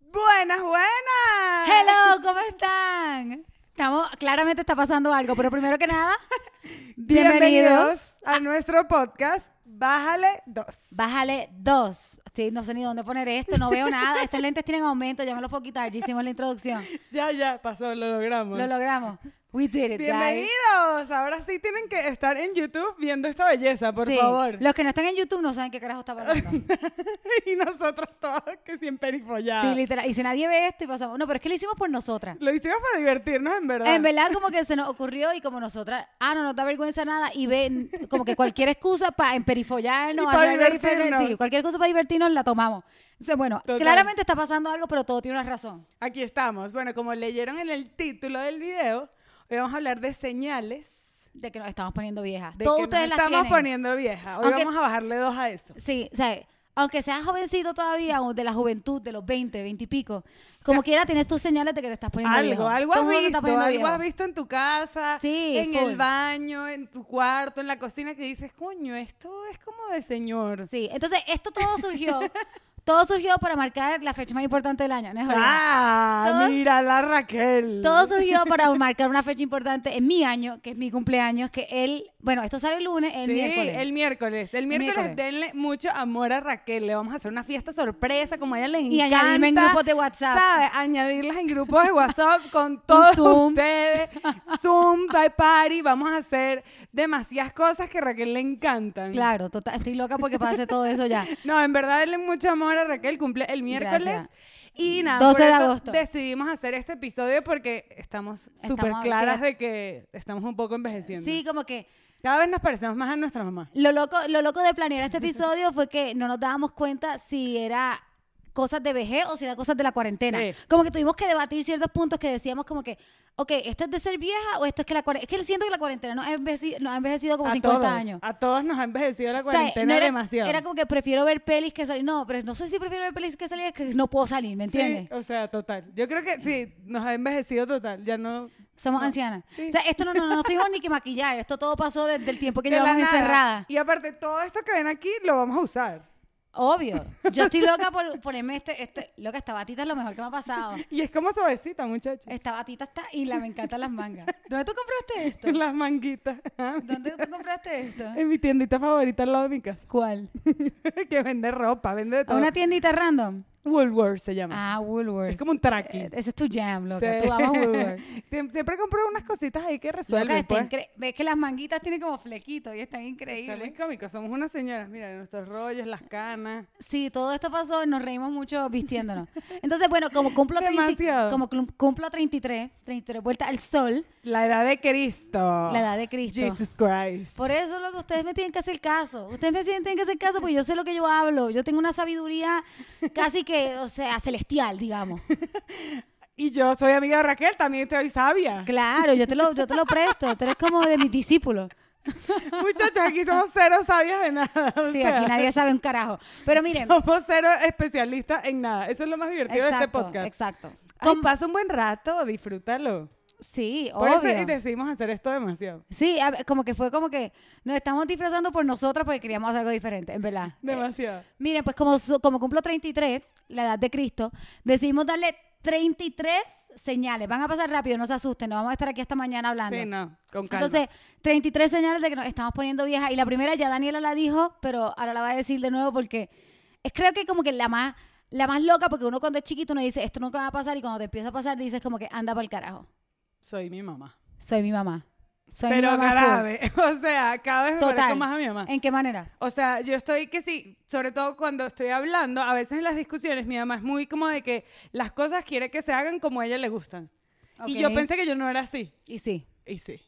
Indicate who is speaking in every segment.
Speaker 1: Buenas, buenas.
Speaker 2: Hello, ¿cómo están? Estamos, claramente está pasando algo, pero primero que nada, bienvenidos.
Speaker 1: a nuestro podcast Bájale 2.
Speaker 2: Bájale dos. Sí, no sé ni dónde poner esto, no veo nada. Estos lentes tienen aumento, ya me los puedo quitar. Ya hicimos la introducción.
Speaker 1: Ya, ya, pasó, lo logramos.
Speaker 2: Lo logramos. We did it, guys.
Speaker 1: Bienvenidos. Ahora sí tienen que estar en YouTube viendo esta belleza, por
Speaker 2: Sí,
Speaker 1: favor.
Speaker 2: Los que no están en YouTube no saben qué carajo está pasando.
Speaker 1: y nosotros todos que siempre
Speaker 2: Sí,
Speaker 1: perifollados.
Speaker 2: literal. Y si nadie ve esto y pasamos. No, pero es que lo hicimos por nosotras.
Speaker 1: Lo hicimos para divertirnos, en verdad.
Speaker 2: En verdad, como que se nos ocurrió y como nosotras, ah, no nos da vergüenza nada y ven como que cualquier excusa para emperifollarnos,
Speaker 1: Y pa'
Speaker 2: hacer algo diferente,
Speaker 1: divertirnos.
Speaker 2: sí, cualquier cosa para divertirnos la tomamos. Entonces, bueno,
Speaker 1: Total.
Speaker 2: claramente está pasando algo, pero todo tiene una razón.
Speaker 1: Aquí estamos. Bueno, como leyeron en el título del video, hoy vamos a hablar de señales
Speaker 2: De que nos estamos poniendo viejas.
Speaker 1: de
Speaker 2: Todos
Speaker 1: que
Speaker 2: ustedes
Speaker 1: nos
Speaker 2: las
Speaker 1: estamos
Speaker 2: tienen.
Speaker 1: poniendo vieja. Hoy
Speaker 2: Aunque-
Speaker 1: vamos a bajarle dos a eso.
Speaker 2: Sí, o sea, aunque seas jovencito todavía, o de la juventud, de los 20, 20 y pico, como quiera tienes tus señales de que te estás poniendo
Speaker 1: Algo,
Speaker 2: viejo.
Speaker 1: algo
Speaker 2: Todo
Speaker 1: has
Speaker 2: el mundo se
Speaker 1: visto,
Speaker 2: está poniendo
Speaker 1: algo
Speaker 2: viejo.
Speaker 1: has visto en tu casa,
Speaker 2: Sí,
Speaker 1: en
Speaker 2: full.
Speaker 1: el baño, en tu cuarto, en la cocina, que dices, coño, esto es como de señor.
Speaker 2: Sí, entonces esto todo surgió, todo surgió para marcar la fecha más importante del año, ¿no es verdad?
Speaker 1: Ah,
Speaker 2: Todos-
Speaker 1: mira la Raquel.
Speaker 2: Todo surgió para marcar una fecha importante en mi año, que es mi cumpleaños, que él, bueno, esto sale el lunes, el
Speaker 1: sí,
Speaker 2: miércoles.
Speaker 1: el miércoles. El miércoles,
Speaker 2: miércoles.
Speaker 1: denle mucho amor a Raquel. Le vamos a hacer una fiesta sorpresa, como a ella les
Speaker 2: Y
Speaker 1: encanta.
Speaker 2: añadirme en grupos de WhatsApp.
Speaker 1: ¿Sabes? Añadirlas en grupos de WhatsApp con todos
Speaker 2: Zoom.
Speaker 1: ustedes. Zoom, by party. Vamos a hacer demasiadas cosas que a Raquel le encantan.
Speaker 2: Claro, total, estoy loca porque pase todo eso ya.
Speaker 1: No, en verdad denle mucho amor a Raquel, cumple el miércoles.
Speaker 2: Gracias.
Speaker 1: Y nada,
Speaker 2: 12
Speaker 1: por
Speaker 2: de
Speaker 1: eso
Speaker 2: agosto.
Speaker 1: decidimos hacer este episodio porque estamos súper
Speaker 2: Estamos-
Speaker 1: claras
Speaker 2: sí.
Speaker 1: de que estamos un poco envejeciendo.
Speaker 2: Sí, como que
Speaker 1: Cada vez nos parecemos más a nuestra mamá.
Speaker 2: lo loco, lo loco de planear este episodio fue que no nos dábamos cuenta si era cosas de vejez o si era cosas de la cuarentena.
Speaker 1: Sí.
Speaker 2: Como que tuvimos que debatir ciertos puntos que decíamos como que, ok, ¿esto es de ser vieja o esto es que la cuarentena? Es que siento que la cuarentena nos ha envejecido, nos ha envejecido como
Speaker 1: a
Speaker 2: 50
Speaker 1: todos,
Speaker 2: años.
Speaker 1: A todos nos ha envejecido la
Speaker 2: O sea,
Speaker 1: cuarentena
Speaker 2: no era,
Speaker 1: demasiado.
Speaker 2: Era como que prefiero ver pelis que salir. No, pero no sé si prefiero ver pelis que salir, es que no puedo salir, ¿me
Speaker 1: Sí,
Speaker 2: entiendes?
Speaker 1: o sea, total. Yo creo que sí, nos ha envejecido total. Ya no.
Speaker 2: Somos ancianas.
Speaker 1: sí.
Speaker 2: O sea, esto no, no, no, no tuvimos ni que maquillar. Esto todo pasó desde el tiempo que
Speaker 1: de la
Speaker 2: llevamos
Speaker 1: nada.
Speaker 2: encerrada.
Speaker 1: Y aparte, todo esto que ven aquí lo vamos a usar.
Speaker 2: Obvio. Yo estoy loca por ponerme este, este. Loca, esta batita es lo mejor que me ha pasado.
Speaker 1: Y es como suavecita, muchachos.
Speaker 2: Esta batita está y la me encantan las mangas. ¿Dónde tú compraste esto?
Speaker 1: Las manguitas.
Speaker 2: ¿Dónde tú compraste esto?
Speaker 1: en mi tiendita favorita al lado de mi casa.
Speaker 2: ¿Cuál?
Speaker 1: que vende ropa, vende de
Speaker 2: ¿A
Speaker 1: todo.
Speaker 2: una tiendita random?
Speaker 1: Woolworth se llama.
Speaker 2: Ah, Woolworth.
Speaker 1: es como un tracking.
Speaker 2: Eh, Ese es tu jam, loca.
Speaker 1: Sí.
Speaker 2: Tú amas Woolworth.
Speaker 1: Siem- Siempre compro unas cositas ahí que
Speaker 2: Loca,
Speaker 1: resuelven.
Speaker 2: está
Speaker 1: pues.
Speaker 2: incre- ves que las manguitas tienen como flequitos y
Speaker 1: Está
Speaker 2: están
Speaker 1: muy
Speaker 2: increíbles.
Speaker 1: cómico. Somos unas señoras, mira, nuestros rollos, las canas.
Speaker 2: Sí, todo esto pasó, nos reímos mucho vistiéndonos. Entonces, bueno, como cumplo, 30
Speaker 1: Demasiado.
Speaker 2: como clum- cumplo 33, 33 vueltas al sol,
Speaker 1: La edad de Cristo.
Speaker 2: La edad de Cristo. Pues
Speaker 1: Jesus Christ.
Speaker 2: por eso lo que ustedes me tienen que hacer caso. Ustedes me tienen que hacer caso porque yo sé lo que yo hablo. Yo tengo una sabiduría casi que, o sea, celestial, digamos.
Speaker 1: Y yo soy amiga de Raquel, también estoy sabia.
Speaker 2: Claro, yo te lo, yo te lo presto. Tú eres como de mis discípulos.
Speaker 1: Muchachos, aquí somos cero sabias de nada. o
Speaker 2: Sí,
Speaker 1: sea,
Speaker 2: aquí nadie sabe un carajo. Pero miren,
Speaker 1: Somos cero especialistas en nada. Eso es lo más divertido de este
Speaker 2: exacto,
Speaker 1: podcast.
Speaker 2: exacto.
Speaker 1: Ay, pasa un buen rato, disfrútalo.
Speaker 2: Sí,
Speaker 1: Por
Speaker 2: obvio.
Speaker 1: eso decidimos hacer esto demasiado.
Speaker 2: Sí, a ver, como que fue como que nos estamos disfrazando por nosotras porque queríamos hacer algo diferente, en verdad.
Speaker 1: Demasiado.
Speaker 2: Miren, pues como, so- como cumplo 33, la edad de Cristo, decidimos darle 33 señales. Van a pasar rápido, no se asusten, no vamos a estar aquí hasta mañana hablando.
Speaker 1: Sí, no, con calma.
Speaker 2: ah, Entonces, 33 señales de que nos estamos poniendo viejas. Y la primera ya Daniela la dijo, pero ahora la va a decir de nuevo porque es creo que como que la más, la más loca, porque uno cuando es chiquito uno dice, esto nunca va a pasar, y cuando te empieza a pasar dices como que anda para el carajo.
Speaker 1: soy mi mamá.
Speaker 2: Soy mi mamá. Soy mi
Speaker 1: Pero
Speaker 2: mamá. full".
Speaker 1: grave. O sea, cada vez me parezco
Speaker 2: Total.
Speaker 1: más a mi mamá.
Speaker 2: ¿En qué manera?
Speaker 1: O sea, yo estoy que sí, sobre todo cuando estoy hablando, a veces en las discusiones mi mamá es muy como de que las cosas quiere que se hagan como a ella le gustan. Y yo
Speaker 2: Ok.
Speaker 1: pensé que yo no era así.
Speaker 2: Y sí.
Speaker 1: Y sí.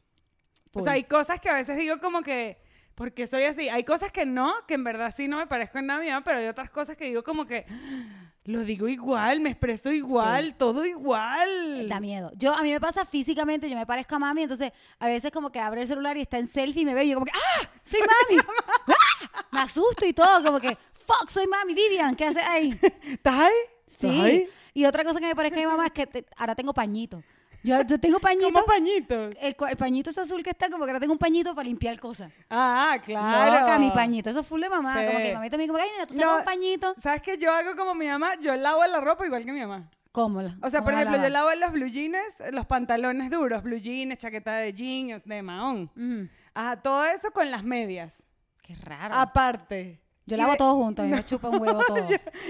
Speaker 1: O
Speaker 2: full.
Speaker 1: sea, hay cosas que a veces digo como que, porque soy así. Hay cosas que no, que en verdad sí no me parezco en nada a mi mamá, pero hay otras cosas que digo como que lo digo igual, me expreso igual, todo igual.
Speaker 2: Eh, da miedo. Yo, a mí me pasa físicamente, yo me parezco a mami, entonces a veces como que abro el celular y está en selfie y me veo y yo como que, ¡ah! ¡Soy mami! ¡Ah! Me asusto y todo, como que, ¡fuck! ¡Soy mami! Vivian, ¿qué haces ahí?
Speaker 1: ¿Estás ahí? ¿Estás
Speaker 2: Sí.
Speaker 1: ahí?
Speaker 2: Y otra cosa que me parece a mi mamá es que te- ahora tengo pañito. Yo, yo tengo pañito.
Speaker 1: Como pañitos.
Speaker 2: El, cua- el pañito es azul que está, como que ahora tengo un pañito para limpiar cosas.
Speaker 1: Ah, claro.
Speaker 2: Loca, mi pañito. Eso es full de mamá.
Speaker 1: Sí.
Speaker 2: Como que mi mamá también, como que, ay, nena, tú sacas
Speaker 1: No,
Speaker 2: un pañito.
Speaker 1: ¿Sabes qué? Yo hago como mi mamá, yo lavo la ropa igual que mi mamá.
Speaker 2: ¿Cómo? la-
Speaker 1: O sea,
Speaker 2: cómo
Speaker 1: por
Speaker 2: la
Speaker 1: ejemplo, yo
Speaker 2: lavas?
Speaker 1: lavo los blue jeans, eh, los pantalones duros, blue jeans, chaqueta de jeans, de mahón.
Speaker 2: Mm,
Speaker 1: Ajá, todo eso con las medias.
Speaker 2: qué raro.
Speaker 1: Aparte. Ah,
Speaker 2: yo
Speaker 1: Y
Speaker 2: lavo
Speaker 1: de-
Speaker 2: todo junto, a mí me chupa un huevo todo.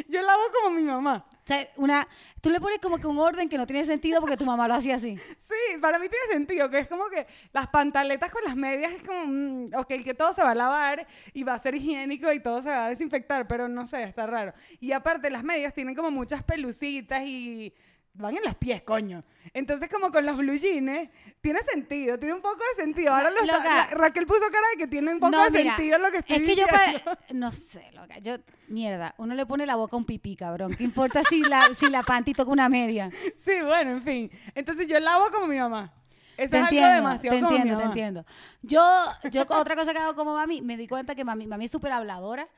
Speaker 1: Yo lavo como mi mamá.
Speaker 2: O sea, una, tú le pones como que un orden que no tiene sentido porque tu mamá lo hacía así.
Speaker 1: Sí, para mí tiene sentido, que es como que las pantaletas con las medias es como, mm, ok, que todo se va a lavar y va a ser higiénico y todo se va a desinfectar, pero no sé, está raro. Y aparte, las medias tienen como muchas pelucitas y van en los pies, coño. Entonces, como con los blue jeans, tiene sentido, tiene un poco de sentido. Ahora lo está-
Speaker 2: Loca.
Speaker 1: Ra- Raquel puso cara de que tiene un poco
Speaker 2: No,
Speaker 1: de
Speaker 2: mira,
Speaker 1: sentido lo que estoy
Speaker 2: Es que yo,
Speaker 1: diciendo.
Speaker 2: pa- no sé, loca, yo, mierda, uno le pone la boca a un pipí, cabrón, ¿qué importa si la, si la panty toca una media?
Speaker 1: Sí, bueno, en fin. Entonces, yo lavo como mi mamá. Eso
Speaker 2: Te
Speaker 1: es
Speaker 2: entiendo,
Speaker 1: algo demasiado
Speaker 2: te
Speaker 1: como mi
Speaker 2: entiendo, te
Speaker 1: mamá.
Speaker 2: entiendo. Yo, yo co- otra cosa que hago como mami, me di cuenta que mami, mami es súper habladora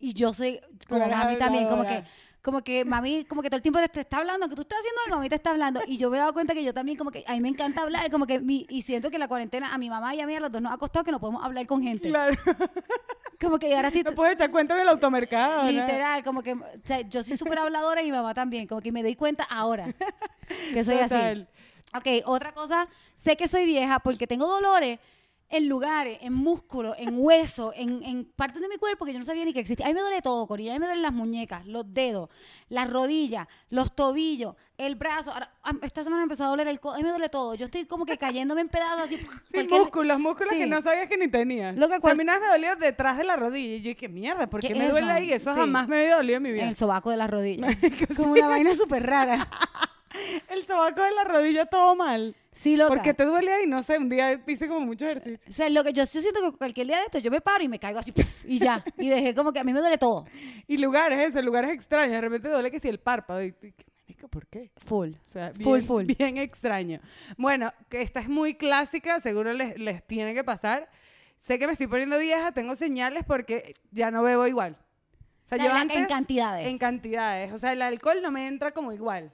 Speaker 2: y yo soy como
Speaker 1: eres
Speaker 2: mami también, como que,
Speaker 1: habladora.
Speaker 2: como que mami, como que todo el tiempo te está hablando, que tú estás haciendo algo, a mí te está hablando y yo me he dado cuenta que yo también como que a mí me encanta hablar, como que mi- y siento que la cuarentena a mi mamá y a mí a los dos nos ha costado que no podemos hablar con gente,
Speaker 1: Claro.
Speaker 2: como que ahora estoy
Speaker 1: No puedes echar cuenta del automercado. ¿no?
Speaker 2: Literal, como que o sea, yo soy súper habladora y mi mamá también, como que me doy cuenta ahora que soy
Speaker 1: Total.
Speaker 2: así. Ok, otra cosa, sé que soy vieja porque tengo dolores en lugares, en músculos, en hueso, en, en partes de mi cuerpo que yo no sabía ni que existía. A mí me duele todo, Corina, a mí me duelen las muñecas, los dedos, las rodillas, los tobillos, el brazo. Ahora, am- esta semana me empezó a doler el codo, a mí me duele todo. Yo estoy como que cayéndome en pedazos así.
Speaker 1: Sí,
Speaker 2: cualquier-
Speaker 1: músculos, músculos que
Speaker 2: Sí.
Speaker 1: no sabías que ni tenías.
Speaker 2: Lo que
Speaker 1: O sea,
Speaker 2: cual-
Speaker 1: a mí nada me dolió detrás de la rodilla. Y yo dije, mierda, ¿por
Speaker 2: ¿Qué
Speaker 1: qué, me
Speaker 2: es
Speaker 1: duele
Speaker 2: eso?
Speaker 1: ahí? Eso
Speaker 2: Sí.
Speaker 1: jamás me había dolido en mi vida.
Speaker 2: en el
Speaker 1: El...
Speaker 2: sobaco de las rodillas. como una vaina súper rara.
Speaker 1: tabaco de la rodilla todo mal.
Speaker 2: Sí, loca.
Speaker 1: Porque te duele ahí, no sé, un día hice como mucho ejercicio.
Speaker 2: O sea, lo que yo sí siento que cualquier día de esto yo me paro y me caigo así ¡puf! y ya. Y dejé como que a mí me duele todo.
Speaker 1: Y lugares, eso, lugares extraños. De repente duele que si el párpado. Y tú, ¿qué marica, ¿por qué?
Speaker 2: Full.
Speaker 1: O sea, bien,
Speaker 2: Full, full.
Speaker 1: bien extraño. Bueno, que esta es muy clásica, seguro les, les tiene que pasar. Sé que me estoy poniendo vieja, tengo señales porque ya no bebo igual. O sea,
Speaker 2: O
Speaker 1: yo
Speaker 2: sea, la-
Speaker 1: antes-
Speaker 2: en cantidades.
Speaker 1: En cantidades. O sea, el alcohol no me entra como igual.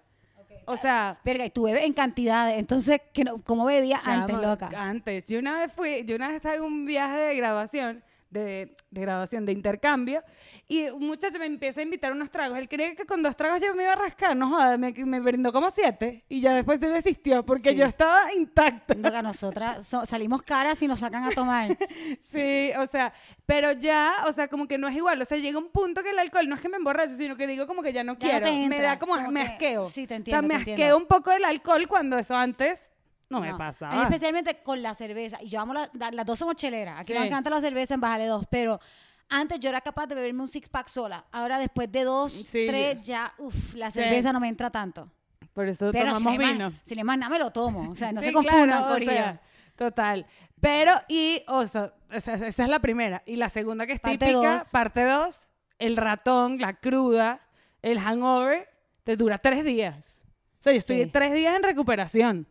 Speaker 1: O sea,
Speaker 2: Verga, y tú bebes en cantidades. Entonces, que no, ¿cómo bebía antes,
Speaker 1: chamo, ah.
Speaker 2: loca?
Speaker 1: Antes. Yo una vez fui, yo una vez estaba en un viaje de graduación, de, de graduación, de intercambio, y un muchacho me empieza a invitar unos tragos. Él creía que con dos tragos yo me iba a rascar, no joda, me, me brindó como siete, y ya después se desistió porque
Speaker 2: Sí.
Speaker 1: yo estaba intacta.
Speaker 2: Loca, nosotras so- salimos caras y nos sacan a tomar.
Speaker 1: Sí, o sea, pero ya, o sea, como que no es igual. O sea, llega un punto que el alcohol no es que me emborracho, sino que digo como que ya no
Speaker 2: Ya no
Speaker 1: quiero.
Speaker 2: te
Speaker 1: me
Speaker 2: entra,
Speaker 1: da como,
Speaker 2: como
Speaker 1: me
Speaker 2: que-
Speaker 1: asqueo.
Speaker 2: sí, te
Speaker 1: O
Speaker 2: entiendo,
Speaker 1: sea, me
Speaker 2: te
Speaker 1: asqueo
Speaker 2: entiendo.
Speaker 1: un poco del alcohol cuando eso antes no, me
Speaker 2: No.
Speaker 1: pasaba.
Speaker 2: A mí especialmente con la cerveza. Y yo amo, la- la- las dos somos cheleras. Aquí nos
Speaker 1: Sí.
Speaker 2: encanta la cerveza en Bájale dos, pero... Antes yo era capaz de beberme un six-pack sola. Ahora, después de dos,
Speaker 1: Sí.
Speaker 2: tres, ya, uff, la cerveza no me entra tanto.
Speaker 1: Por eso
Speaker 2: Pero
Speaker 1: tomamos
Speaker 2: sin
Speaker 1: vino.
Speaker 2: embargo, sin embargo, nada me lo tomo. O sea, no
Speaker 1: Sí,
Speaker 2: se confundan,
Speaker 1: claro, o
Speaker 2: Corillo.
Speaker 1: sea, total. Pero, y, o sea, o sea, esa es la primera. Y la segunda que es
Speaker 2: Parte
Speaker 1: típica,
Speaker 2: dos.
Speaker 1: parte 2, el ratón, la cruda, el hangover, te dura tres días. O sea, yo estoy
Speaker 2: Sí.
Speaker 1: tres días en recuperación.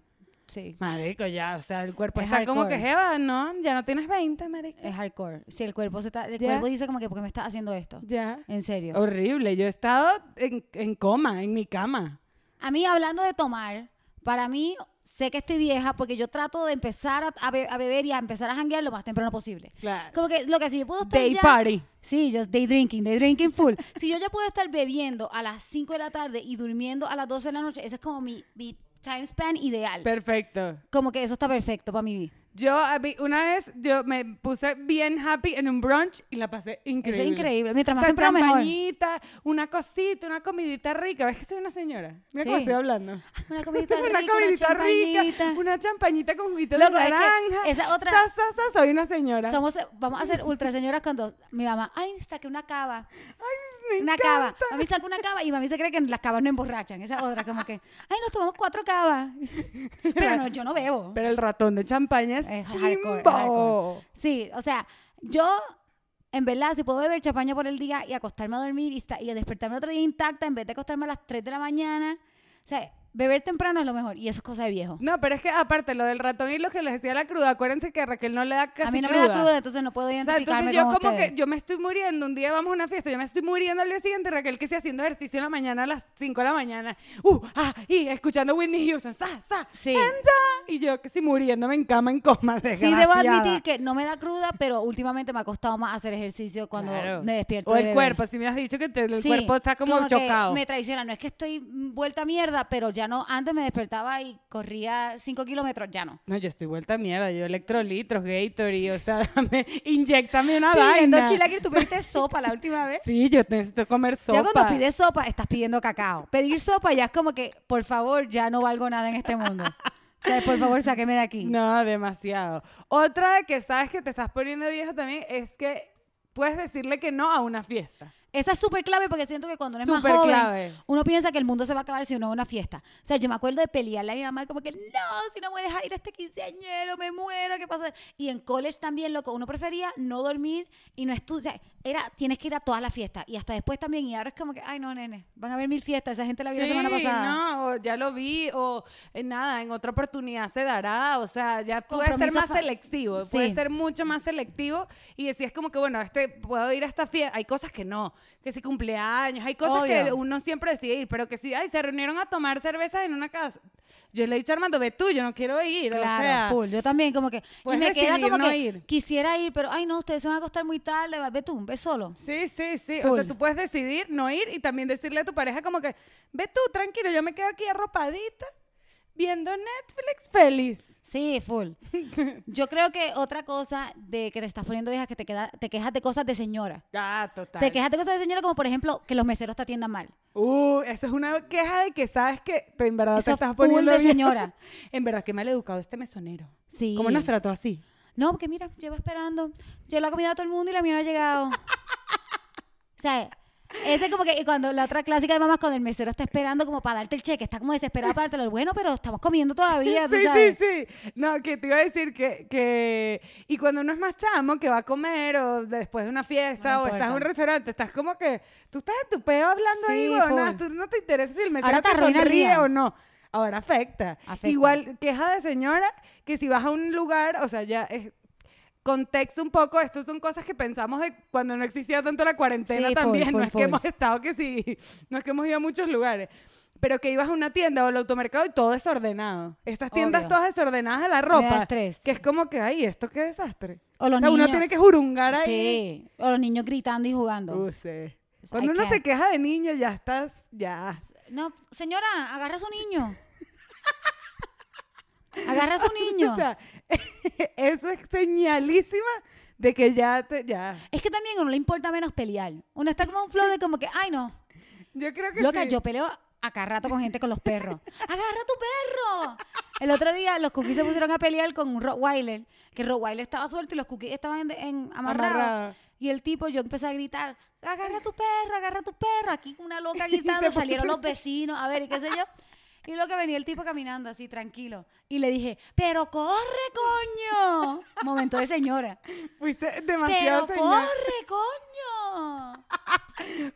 Speaker 2: Sí,
Speaker 1: Marico, ya, o sea, el cuerpo
Speaker 2: Es
Speaker 1: está como que,
Speaker 2: hardcore.
Speaker 1: jeva, no, ya no tienes 20, marico.
Speaker 2: es hardcore. Si el cuerpo se está, el
Speaker 1: Ya.
Speaker 2: cuerpo dice como que porque me estás haciendo esto.
Speaker 1: Ya.
Speaker 2: En serio.
Speaker 1: Horrible, yo he estado en, en coma, en mi cama.
Speaker 2: A mí hablando de tomar, para mí sé que estoy vieja porque yo trato de empezar a, a be- a beber y a empezar a janguear lo más temprano posible.
Speaker 1: Claro.
Speaker 2: Como que lo que si yo puedo estar
Speaker 1: Day
Speaker 2: ya-
Speaker 1: party.
Speaker 2: Sí, yo day drinking, day drinking full. si yo ya puedo estar bebiendo a las 5 de la tarde y durmiendo a las 12 de la noche, ese es como mi, mi time span ideal.
Speaker 1: Perfecto.
Speaker 2: como que eso está perfecto para mi vida.
Speaker 1: Yo a mí, una vez yo me puse bien happy en un brunch y la pasé increíble.
Speaker 2: Eso es increíble. Mientras
Speaker 1: O
Speaker 2: más
Speaker 1: sea,
Speaker 2: temprano mejor.
Speaker 1: champañita, una cosita, una comidita rica. ¿Ves que soy una señora? Mira cómo
Speaker 2: Sí.
Speaker 1: estoy hablando.
Speaker 2: Una comidita rica,
Speaker 1: una
Speaker 2: una
Speaker 1: comidita rica,
Speaker 2: champañita.
Speaker 1: una champañita con juguito
Speaker 2: Loco,
Speaker 1: de
Speaker 2: es que
Speaker 1: naranja.
Speaker 2: esa otra-
Speaker 1: Sa, sa, sa, soy una señora.
Speaker 2: Somos, eh, vamos a ser ultra señoras cuando mi mamá, ay, saqué una cava.
Speaker 1: Me
Speaker 2: una
Speaker 1: encanta.
Speaker 2: cava. Mami saca una cava y mami se cree que las cavas no emborrachan. Esa otra, como que, ay, nos tomamos cuatro cavas. Pero no, yo no bebo.
Speaker 1: Pero el ratón de champaña es,
Speaker 2: Es
Speaker 1: chimbo.
Speaker 2: hardcore, hardcore. Sí, o sea, yo, en verdad, si puedo beber champaña por el día y acostarme a dormir y, esta- y despertarme otro día intacta en vez de acostarme a las 3 de la mañana, o sea, Beber temprano es lo mejor. Y eso es cosa de viejo.
Speaker 1: No, pero es que aparte, lo del ratón y lo que les decía la cruda, acuérdense que a Raquel no le da casi
Speaker 2: a mí no
Speaker 1: cruda.
Speaker 2: me da cruda, entonces no puedo
Speaker 1: O sea,
Speaker 2: identificarme
Speaker 1: entonces yo
Speaker 2: con
Speaker 1: como
Speaker 2: ustedes.
Speaker 1: que yo me estoy muriendo, un día vamos a una fiesta, yo me estoy muriendo al día siguiente, Raquel que esté haciendo ejercicio en la mañana a las 5 de la mañana, uh, ah, y escuchando Whitney Houston, sa, sa,
Speaker 2: Sí.
Speaker 1: anda, y yo casi muriéndome en cama en coma,
Speaker 2: Sí, debo
Speaker 1: desgraciada.
Speaker 2: admitir que no me da cruda, pero últimamente me ha costado más hacer ejercicio cuando
Speaker 1: Claro.
Speaker 2: me despierto.
Speaker 1: O
Speaker 2: de
Speaker 1: el
Speaker 2: beber.
Speaker 1: cuerpo, si me has dicho que te- el
Speaker 2: Sí,
Speaker 1: cuerpo está como,
Speaker 2: que
Speaker 1: chocado.
Speaker 2: Me traiciona. No es que estoy vuelta a mierda, pero ya no. Antes me despertaba y corría 5 kilómetros, ya no.
Speaker 1: No, yo estoy vuelta a mierda, yo electrolitros, Gatorade, o sea, dame, inyectame una
Speaker 2: Pidiendo
Speaker 1: vaina.
Speaker 2: chilaquil, tú pediste sopa la última vez.
Speaker 1: Sí, yo necesito comer sopa.
Speaker 2: Ya cuando pides sopa, estás pidiendo cacao. Pedir sopa ya es como que, por favor, ya no valgo nada en este mundo. O sea, por favor, sáqueme de aquí.
Speaker 1: No, demasiado. Otra de que sabes que te estás poniendo viejo también es que puedes decirle que no a una fiesta.
Speaker 2: Esa es súper clave porque siento que cuando uno es más
Speaker 1: Súper
Speaker 2: joven,
Speaker 1: clave.
Speaker 2: uno piensa que el mundo se va a acabar si uno va a una fiesta. O sea, yo me acuerdo de pelearle a mi mamá como que, no, si no voy a dejar ir a este quinceañero, me muero, ¿qué pasa? Y en college también, loco, uno prefería no dormir y no estudiar. O sea, era, tienes que ir a todas las fiestas y hasta después también. Y ahora es como que, ay, no, nene, van a haber mil fiestas. Esa gente la vi la semana pasada.
Speaker 1: no, o ya lo vi, o eh, nada, en otra oportunidad se dará, o sea, ya puedes ser
Speaker 2: Compromiso
Speaker 1: más
Speaker 2: fa-
Speaker 1: selectivo,
Speaker 2: Sí.
Speaker 1: puedes ser mucho más selectivo y decías como que, bueno, este, puedo ir a esta fiesta, hay cosas que no, que si cumpleaños, hay cosas que
Speaker 2: Obvio.
Speaker 1: uno siempre decide ir, pero que si, ay, se reunieron a tomar cerveza en una casa. Yo le he dicho a Armando, ve tú, yo no quiero ir,
Speaker 2: Claro,
Speaker 1: o sea,
Speaker 2: full. Yo también, como que. Y
Speaker 1: puedes
Speaker 2: me queda
Speaker 1: decidir
Speaker 2: como
Speaker 1: no
Speaker 2: que
Speaker 1: ir.
Speaker 2: quisiera ir, pero ay, no, ustedes se van a acostar muy tarde. va, Ve tú, ve solo.
Speaker 1: Sí, sí, sí. O sea,
Speaker 2: Full.
Speaker 1: tú puedes decidir no ir y también decirle a tu pareja como que, ve tú, tranquilo, yo me quedo aquí arropadita, viendo Netflix feliz.
Speaker 2: Sí, full. Yo creo que otra cosa de que te estás poniendo vieja es que te, queda, te quejas de cosas de señora.
Speaker 1: Ah, total.
Speaker 2: Te quejas de cosas de señora, como por ejemplo que los meseros te atiendan mal.
Speaker 1: Uh, esa es una queja de que sabes que en verdad te
Speaker 2: Eso
Speaker 1: estás
Speaker 2: full
Speaker 1: poniendo
Speaker 2: de
Speaker 1: bien.
Speaker 2: señora.
Speaker 1: en verdad, qué mal educado este mesonero.
Speaker 2: Sí.
Speaker 1: ¿Cómo nos trató así?
Speaker 2: No, porque mira, llevo esperando. Yo la comida a todo el mundo y la mía no ha llegado. o sea, ese como que y cuando la otra clásica de mamás cuando el mesero está esperando como para darte el cheque, está como desesperado para dártelo. Bueno, pero estamos comiendo todavía, tú
Speaker 1: Sí,
Speaker 2: sabes.
Speaker 1: sí, sí. No, que te iba a decir que, que... Y cuando uno es más chamo, que va a comer o después de una fiesta
Speaker 2: No
Speaker 1: o estás en un
Speaker 2: importa.
Speaker 1: restaurante, estás como que... Tú estás en tu peo hablando
Speaker 2: Sí,
Speaker 1: ahí, huevona,
Speaker 2: full.
Speaker 1: tú no te interesa si el mesero
Speaker 2: Ahora
Speaker 1: te
Speaker 2: te arruina el
Speaker 1: sonríe
Speaker 2: día.
Speaker 1: o no. Ahora afecta.
Speaker 2: Afecta.
Speaker 1: Igual, queja de señora, que si vas a un lugar, o sea, ya es... Contexto un poco, estas son cosas que pensamos de cuando no existía tanto la cuarentena
Speaker 2: Sí, full,
Speaker 1: también, no
Speaker 2: full,
Speaker 1: es que hemos
Speaker 2: full.
Speaker 1: estado que sí, no es que hemos ido a muchos lugares, pero que ibas a una tienda o al automercado y todo desordenado. Estas tiendas
Speaker 2: Obvio.
Speaker 1: todas desordenadas de la
Speaker 2: Me da
Speaker 1: ropa.
Speaker 2: estrés.
Speaker 1: Que es como que, ay, esto qué desastre.
Speaker 2: O los
Speaker 1: o sea,
Speaker 2: niños.
Speaker 1: uno tiene que jurungar ahí.
Speaker 2: Sí, o los niños gritando y jugando.
Speaker 1: Uh, sí.
Speaker 2: It's
Speaker 1: Cuando
Speaker 2: I
Speaker 1: uno se
Speaker 2: can't.
Speaker 1: queja de niño, ya estás, ya.
Speaker 2: No, señora, agarra a su niño. Agarra a su niño.
Speaker 1: O sea, eso es señalísima de que ya te, ya.
Speaker 2: es que también a uno le importa menos pelear. Uno está como un flow de como que, ay no,
Speaker 1: Yo creo que
Speaker 2: loca,
Speaker 1: sí.
Speaker 2: yo peleo acá rato con gente con los perros. ¡Agarra tu perro! El otro día los cookies se pusieron a pelear con un Rottweiler, que el Rottweiler estaba suelto y los cookies estaban en, en- amarrados.
Speaker 1: Amarrado.
Speaker 2: Y el tipo, yo empecé a gritar, agarra a tu perro, agarra a tu perro. Aquí una loca gritando,
Speaker 1: puso-
Speaker 2: salieron los vecinos, a ver, y qué sé yo. Y lo que venía el tipo caminando así, tranquilo. Y le dije, pero corre, coño. Momento de señora.
Speaker 1: Fuiste
Speaker 2: Pero
Speaker 1: demasiado señora.
Speaker 2: corre, coño.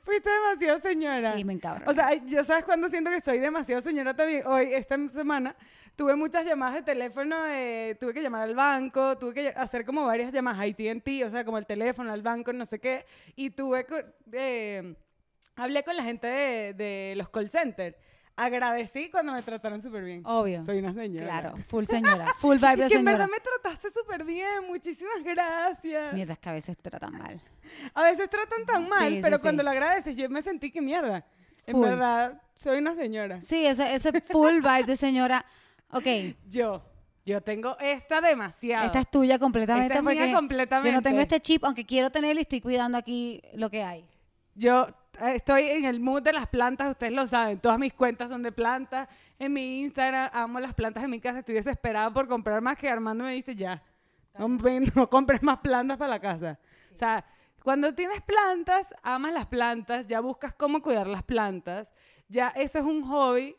Speaker 1: Fuiste demasiado señora.
Speaker 2: Sí, me encabroné.
Speaker 1: O sea, yo sabes cuando siento que soy demasiado señora también. Hoy, esta semana, tuve muchas llamadas de teléfono, de- tuve que llamar al banco, tuve que hacer como varias llamadas a AT&T, o sea, como el teléfono, al banco, no sé qué. Y tuve co- eh, hablé con la gente de, de los call centers. Agradecí cuando me trataron súper bien.
Speaker 2: Obvio.
Speaker 1: Soy una señora.
Speaker 2: Claro, full señora, full vibe
Speaker 1: Y
Speaker 2: de
Speaker 1: que en verdad
Speaker 2: señora.
Speaker 1: me trataste súper bien, muchísimas gracias.
Speaker 2: Mierda, es que a veces te tratan mal.
Speaker 1: A veces tratan tan
Speaker 2: Sí,
Speaker 1: mal,
Speaker 2: sí,
Speaker 1: pero
Speaker 2: sí.
Speaker 1: cuando lo agradeces, yo me sentí que mierda. En
Speaker 2: Full.
Speaker 1: verdad, soy una señora.
Speaker 2: Sí, ese, ese full vibe de señora. Ok,
Speaker 1: Yo, yo tengo esta demasiado.
Speaker 2: esta es tuya completamente.
Speaker 1: Esta es mía
Speaker 2: porque Yo no
Speaker 1: completamente.
Speaker 2: tengo este chip, aunque quiero tenerlo y estoy cuidando aquí lo que hay.
Speaker 1: Yo eh, estoy en el mood de las plantas, ustedes lo saben. Todas mis cuentas son de plantas. En mi Instagram amo las plantas en mi casa. Estoy desesperada por comprar más que Armando me dice ya. No, ven, no compres más plantas para la casa. O sea, cuando tienes plantas, amas las plantas, ya buscas cómo cuidar las plantas. Ya ese es un hobby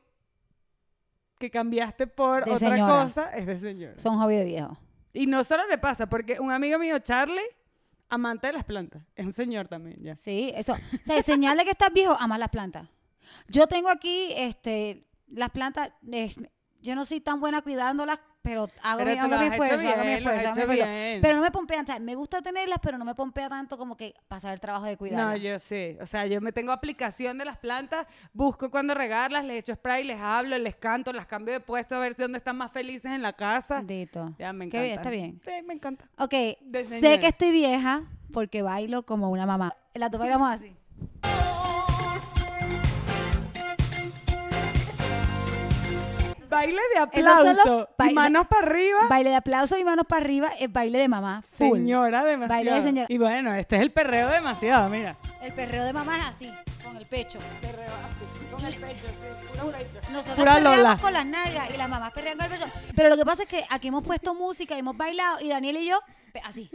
Speaker 1: que cambiaste por
Speaker 2: De
Speaker 1: otra
Speaker 2: señora.
Speaker 1: cosa, es de señor.
Speaker 2: Son hobby de viejo.
Speaker 1: Y no solo le pasa, porque un amigo mío, Charlie, amante de las plantas, es un señor también, ya.
Speaker 2: Sí, eso. O sea, señal de que estás viejo, amas las plantas. Yo tengo aquí, este, las plantas, eh, yo no soy tan buena cuidándolas, pero hago
Speaker 1: Pero
Speaker 2: mi,
Speaker 1: tú lo
Speaker 2: hago mi
Speaker 1: has hecho
Speaker 2: esfuerzo, hago mi
Speaker 1: bien, lo has
Speaker 2: esfuerzo, hago mi
Speaker 1: hecho
Speaker 2: esfuerzo.
Speaker 1: bien.
Speaker 2: Pero no me pompean, o sea, me gusta tenerlas, pero no me pompea tanto como que pasar el trabajo de
Speaker 1: No,
Speaker 2: cuidarlas.
Speaker 1: yo sí. O sea, yo me tengo aplicación de las plantas, busco cuando regarlas, les echo spray, les hablo, les canto, las cambio de puesto a ver si dónde están más felices en la casa.
Speaker 2: Maldito.
Speaker 1: Ya, me
Speaker 2: Qué
Speaker 1: encanta.
Speaker 2: bien, está bien.
Speaker 1: Sí, me encanta.
Speaker 2: Ok,
Speaker 1: De
Speaker 2: sé
Speaker 1: señora.
Speaker 2: que estoy vieja porque bailo como una mamá. Las dos bailamos así.
Speaker 1: Baile de
Speaker 2: Esos son los
Speaker 1: aplauso
Speaker 2: ba-
Speaker 1: y manos para arriba.
Speaker 2: Baile de aplauso y manos para arriba es baile de mamá. Full.
Speaker 1: Señora, demasiado.
Speaker 2: Baile de señora.
Speaker 1: Y bueno, este es el perreo demasiado, mira.
Speaker 2: El perreo de mamá es así, con el pecho.
Speaker 1: Perreo así, con el pecho, puro pecho.
Speaker 2: Nosotros
Speaker 1: Pura
Speaker 2: perreamos
Speaker 1: Lola.
Speaker 2: con las nalgas y las mamás perrean con el pecho. Pero lo que pasa es que aquí hemos puesto música, hemos bailado y Daniel y yo, pe- así.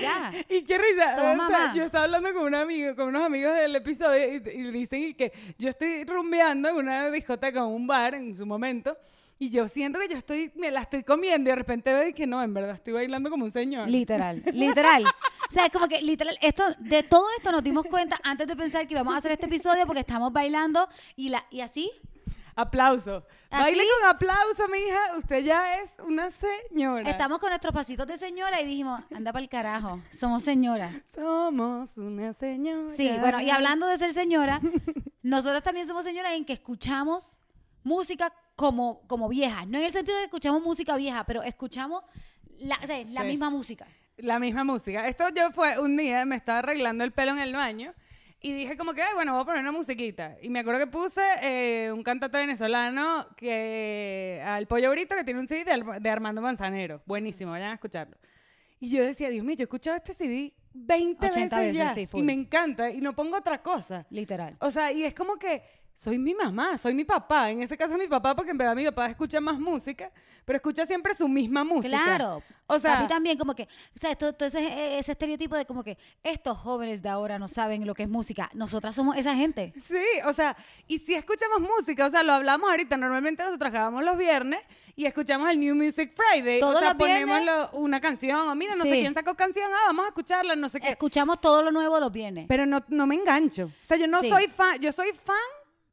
Speaker 2: Ya.
Speaker 1: Y qué risa.
Speaker 2: Somos
Speaker 1: o sea,
Speaker 2: mamá.
Speaker 1: yo estaba hablando con un amigo, con unos amigos del episodio y, y dicen y que yo estoy rumbeando en una discoteca o un bar en su momento y yo siento que yo estoy, me la estoy comiendo y de repente veo y que no, en verdad estoy bailando como un señor.
Speaker 2: Literal, literal. O sea, es como que literal, esto, de todo esto nos dimos cuenta antes de pensar que íbamos a hacer este episodio porque estamos bailando y, la, y así.
Speaker 1: aplauso.
Speaker 2: ¿Así?
Speaker 1: Baile con aplauso, mija. Usted ya es una señora.
Speaker 2: Estamos con nuestros pasitos de señora y dijimos, anda para el carajo, somos señoras.
Speaker 1: Somos una señora.
Speaker 2: Sí, bueno, y hablando de ser señora, nosotras también somos señoras en que escuchamos música como, como vieja. No en el sentido de que escuchamos música vieja, pero escuchamos la, o sea, la
Speaker 1: Sí.
Speaker 2: misma música.
Speaker 1: La misma música. Esto yo fue un día, me estaba arreglando el pelo en el baño y dije como que, "Ay, bueno, voy a poner una musiquita. Y me acuerdo que puse eh, un cantante venezolano que al pollo brito que tiene un CD de, Ar- de Armando Manzanero. Buenísimo,
Speaker 2: Mm.
Speaker 1: vayan a escucharlo. Y yo decía, Dios mío, yo he escuchado este CD 20 veces,
Speaker 2: 80 veces,
Speaker 1: ya
Speaker 2: sí,
Speaker 1: y
Speaker 2: full.
Speaker 1: me encanta y no pongo otra cosa.
Speaker 2: Literal.
Speaker 1: O sea, y es como que soy mi mamá, soy mi papá. En ese caso mi papá, porque en verdad mi papá escucha más música, pero escucha siempre su misma música.
Speaker 2: Claro.
Speaker 1: O sea,
Speaker 2: Papi también como que, o sea, todo, todo ese, ese estereotipo de como que estos jóvenes de ahora no saben lo que es música. Nosotras somos esa gente.
Speaker 1: Sí, o sea, y si escuchamos música, o sea, lo hablamos ahorita, normalmente nosotros grabamos los viernes y escuchamos el New Music Friday,
Speaker 2: Todos
Speaker 1: o sea,
Speaker 2: los viernes.
Speaker 1: ponemos lo- una canción, o mira, no
Speaker 2: Sí.
Speaker 1: sé quién sacó canción, ah, vamos a escucharla, no sé qué.
Speaker 2: Escuchamos todo lo nuevo los viernes.
Speaker 1: Pero no, no me engancho. O sea, yo no
Speaker 2: Sí.
Speaker 1: soy fan, yo soy fan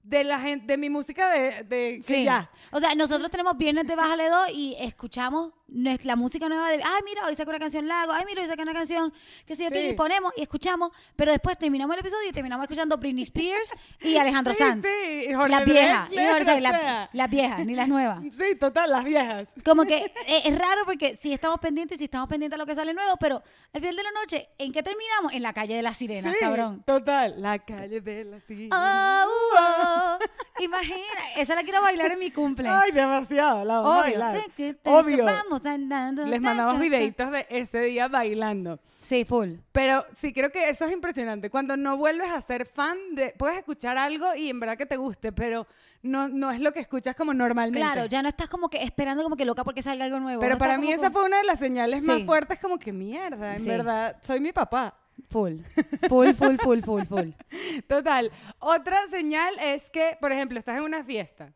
Speaker 1: de la gente, de mi música de, de que
Speaker 2: Sí.
Speaker 1: ya.
Speaker 2: O sea, nosotros tenemos viernes de Bájale 2 y escuchamos nues- la música nueva de, ay, mira, hoy saca una canción Lago, ay, mira, hoy saca una canción, qué sé yo, qué,
Speaker 1: Sí.
Speaker 2: y ponemos y escuchamos, pero después terminamos el episodio y terminamos escuchando Britney Spears y Alejandro
Speaker 1: Sí,
Speaker 2: Sanz.
Speaker 1: sí, y Jorge
Speaker 2: las viejas,
Speaker 1: Drexler,
Speaker 2: y Jorge Sanz,
Speaker 1: o
Speaker 2: la-
Speaker 1: sea.
Speaker 2: las viejas, ni las nuevas.
Speaker 1: Sí, total, las viejas.
Speaker 2: Como que eh, es raro porque sí estamos pendientes, sí estamos pendientes a lo que sale nuevo, pero al final de la noche, ¿en qué terminamos? En la calle de las sirenas,
Speaker 1: sí,
Speaker 2: cabrón.
Speaker 1: Total, la calle de la silla.
Speaker 2: Oh, oh, oh. imagina, esa la quiero bailar en mi cumple.
Speaker 1: Ay, demasiado, la vamos a
Speaker 2: Obvio.
Speaker 1: bailar.
Speaker 2: Tin, tin, tin,
Speaker 1: Obvio.
Speaker 2: Vamos andando.
Speaker 1: Les
Speaker 2: Tin,
Speaker 1: mandamos
Speaker 2: tin, tin.
Speaker 1: videitos de ese día bailando.
Speaker 2: Sí, full.
Speaker 1: Pero sí creo que eso es impresionante. Cuando no vuelves a ser fan de, puedes escuchar algo y en verdad que te guste, pero no, no es lo que escuchas como normalmente.
Speaker 2: Claro, ya no estás como que esperando como que loca porque salga algo nuevo.
Speaker 1: Pero
Speaker 2: no
Speaker 1: para
Speaker 2: estás
Speaker 1: mí
Speaker 2: como
Speaker 1: esa
Speaker 2: con-
Speaker 1: fue una de las señales
Speaker 2: Sí.
Speaker 1: más fuertes, como que mierda, en
Speaker 2: Sí.
Speaker 1: verdad, soy mi papá.
Speaker 2: Full, full, full, full, full, full.
Speaker 1: Total. Otra señal es que, por ejemplo, estás en una fiesta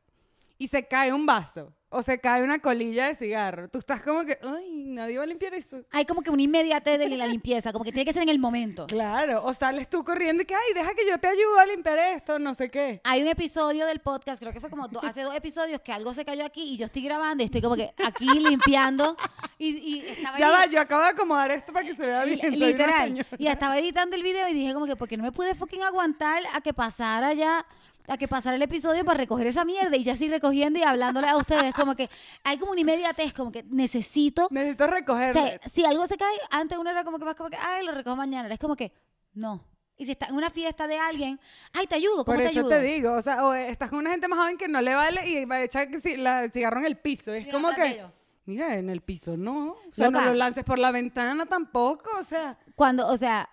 Speaker 1: y se cae un vaso o se cae una colilla de cigarro. Tú estás como que, ay, nadie va a limpiar eso.
Speaker 2: Hay como que una inmediatez de la limpieza, como que tiene que ser en el momento.
Speaker 1: Claro, o sales tú corriendo y que, ay, deja que yo te ayudo a limpiar esto, no sé qué.
Speaker 2: Hay un episodio del podcast, creo que fue como do- hace dos episodios, que algo se cayó aquí y yo estoy grabando y estoy como que aquí limpiando y, y estaba
Speaker 1: Ya
Speaker 2: ahí-
Speaker 1: va, yo acabo de acomodar esto para que se vea
Speaker 2: Li-
Speaker 1: bien. soy una
Speaker 2: literal.
Speaker 1: señora.
Speaker 2: Y estaba editando el video y dije como que porque no me pude fucking aguantar a que pasara ya a que pasara el episodio para recoger esa mierda y ya así recogiendo y hablándole a ustedes como que hay como una inmediatez como que necesito
Speaker 1: Necesito
Speaker 2: o
Speaker 1: recogerlo.
Speaker 2: sea, si algo se cae antes uno era como que más como que ay lo recojo mañana ahora es como que no y si está en una fiesta de alguien ay te ayudo
Speaker 1: Por
Speaker 2: cómo te
Speaker 1: eso
Speaker 2: ayudo
Speaker 1: te digo, o sea, o estás con una gente más joven que no le vale y va a echar que si- la- el cigarro en el piso. Es
Speaker 2: Y uno
Speaker 1: como
Speaker 2: atrás de
Speaker 1: que,
Speaker 2: ellos.
Speaker 1: mira, en el piso no. O sea,
Speaker 2: Loca.
Speaker 1: no lo lances por la ventana tampoco, o sea.
Speaker 2: cuando o sea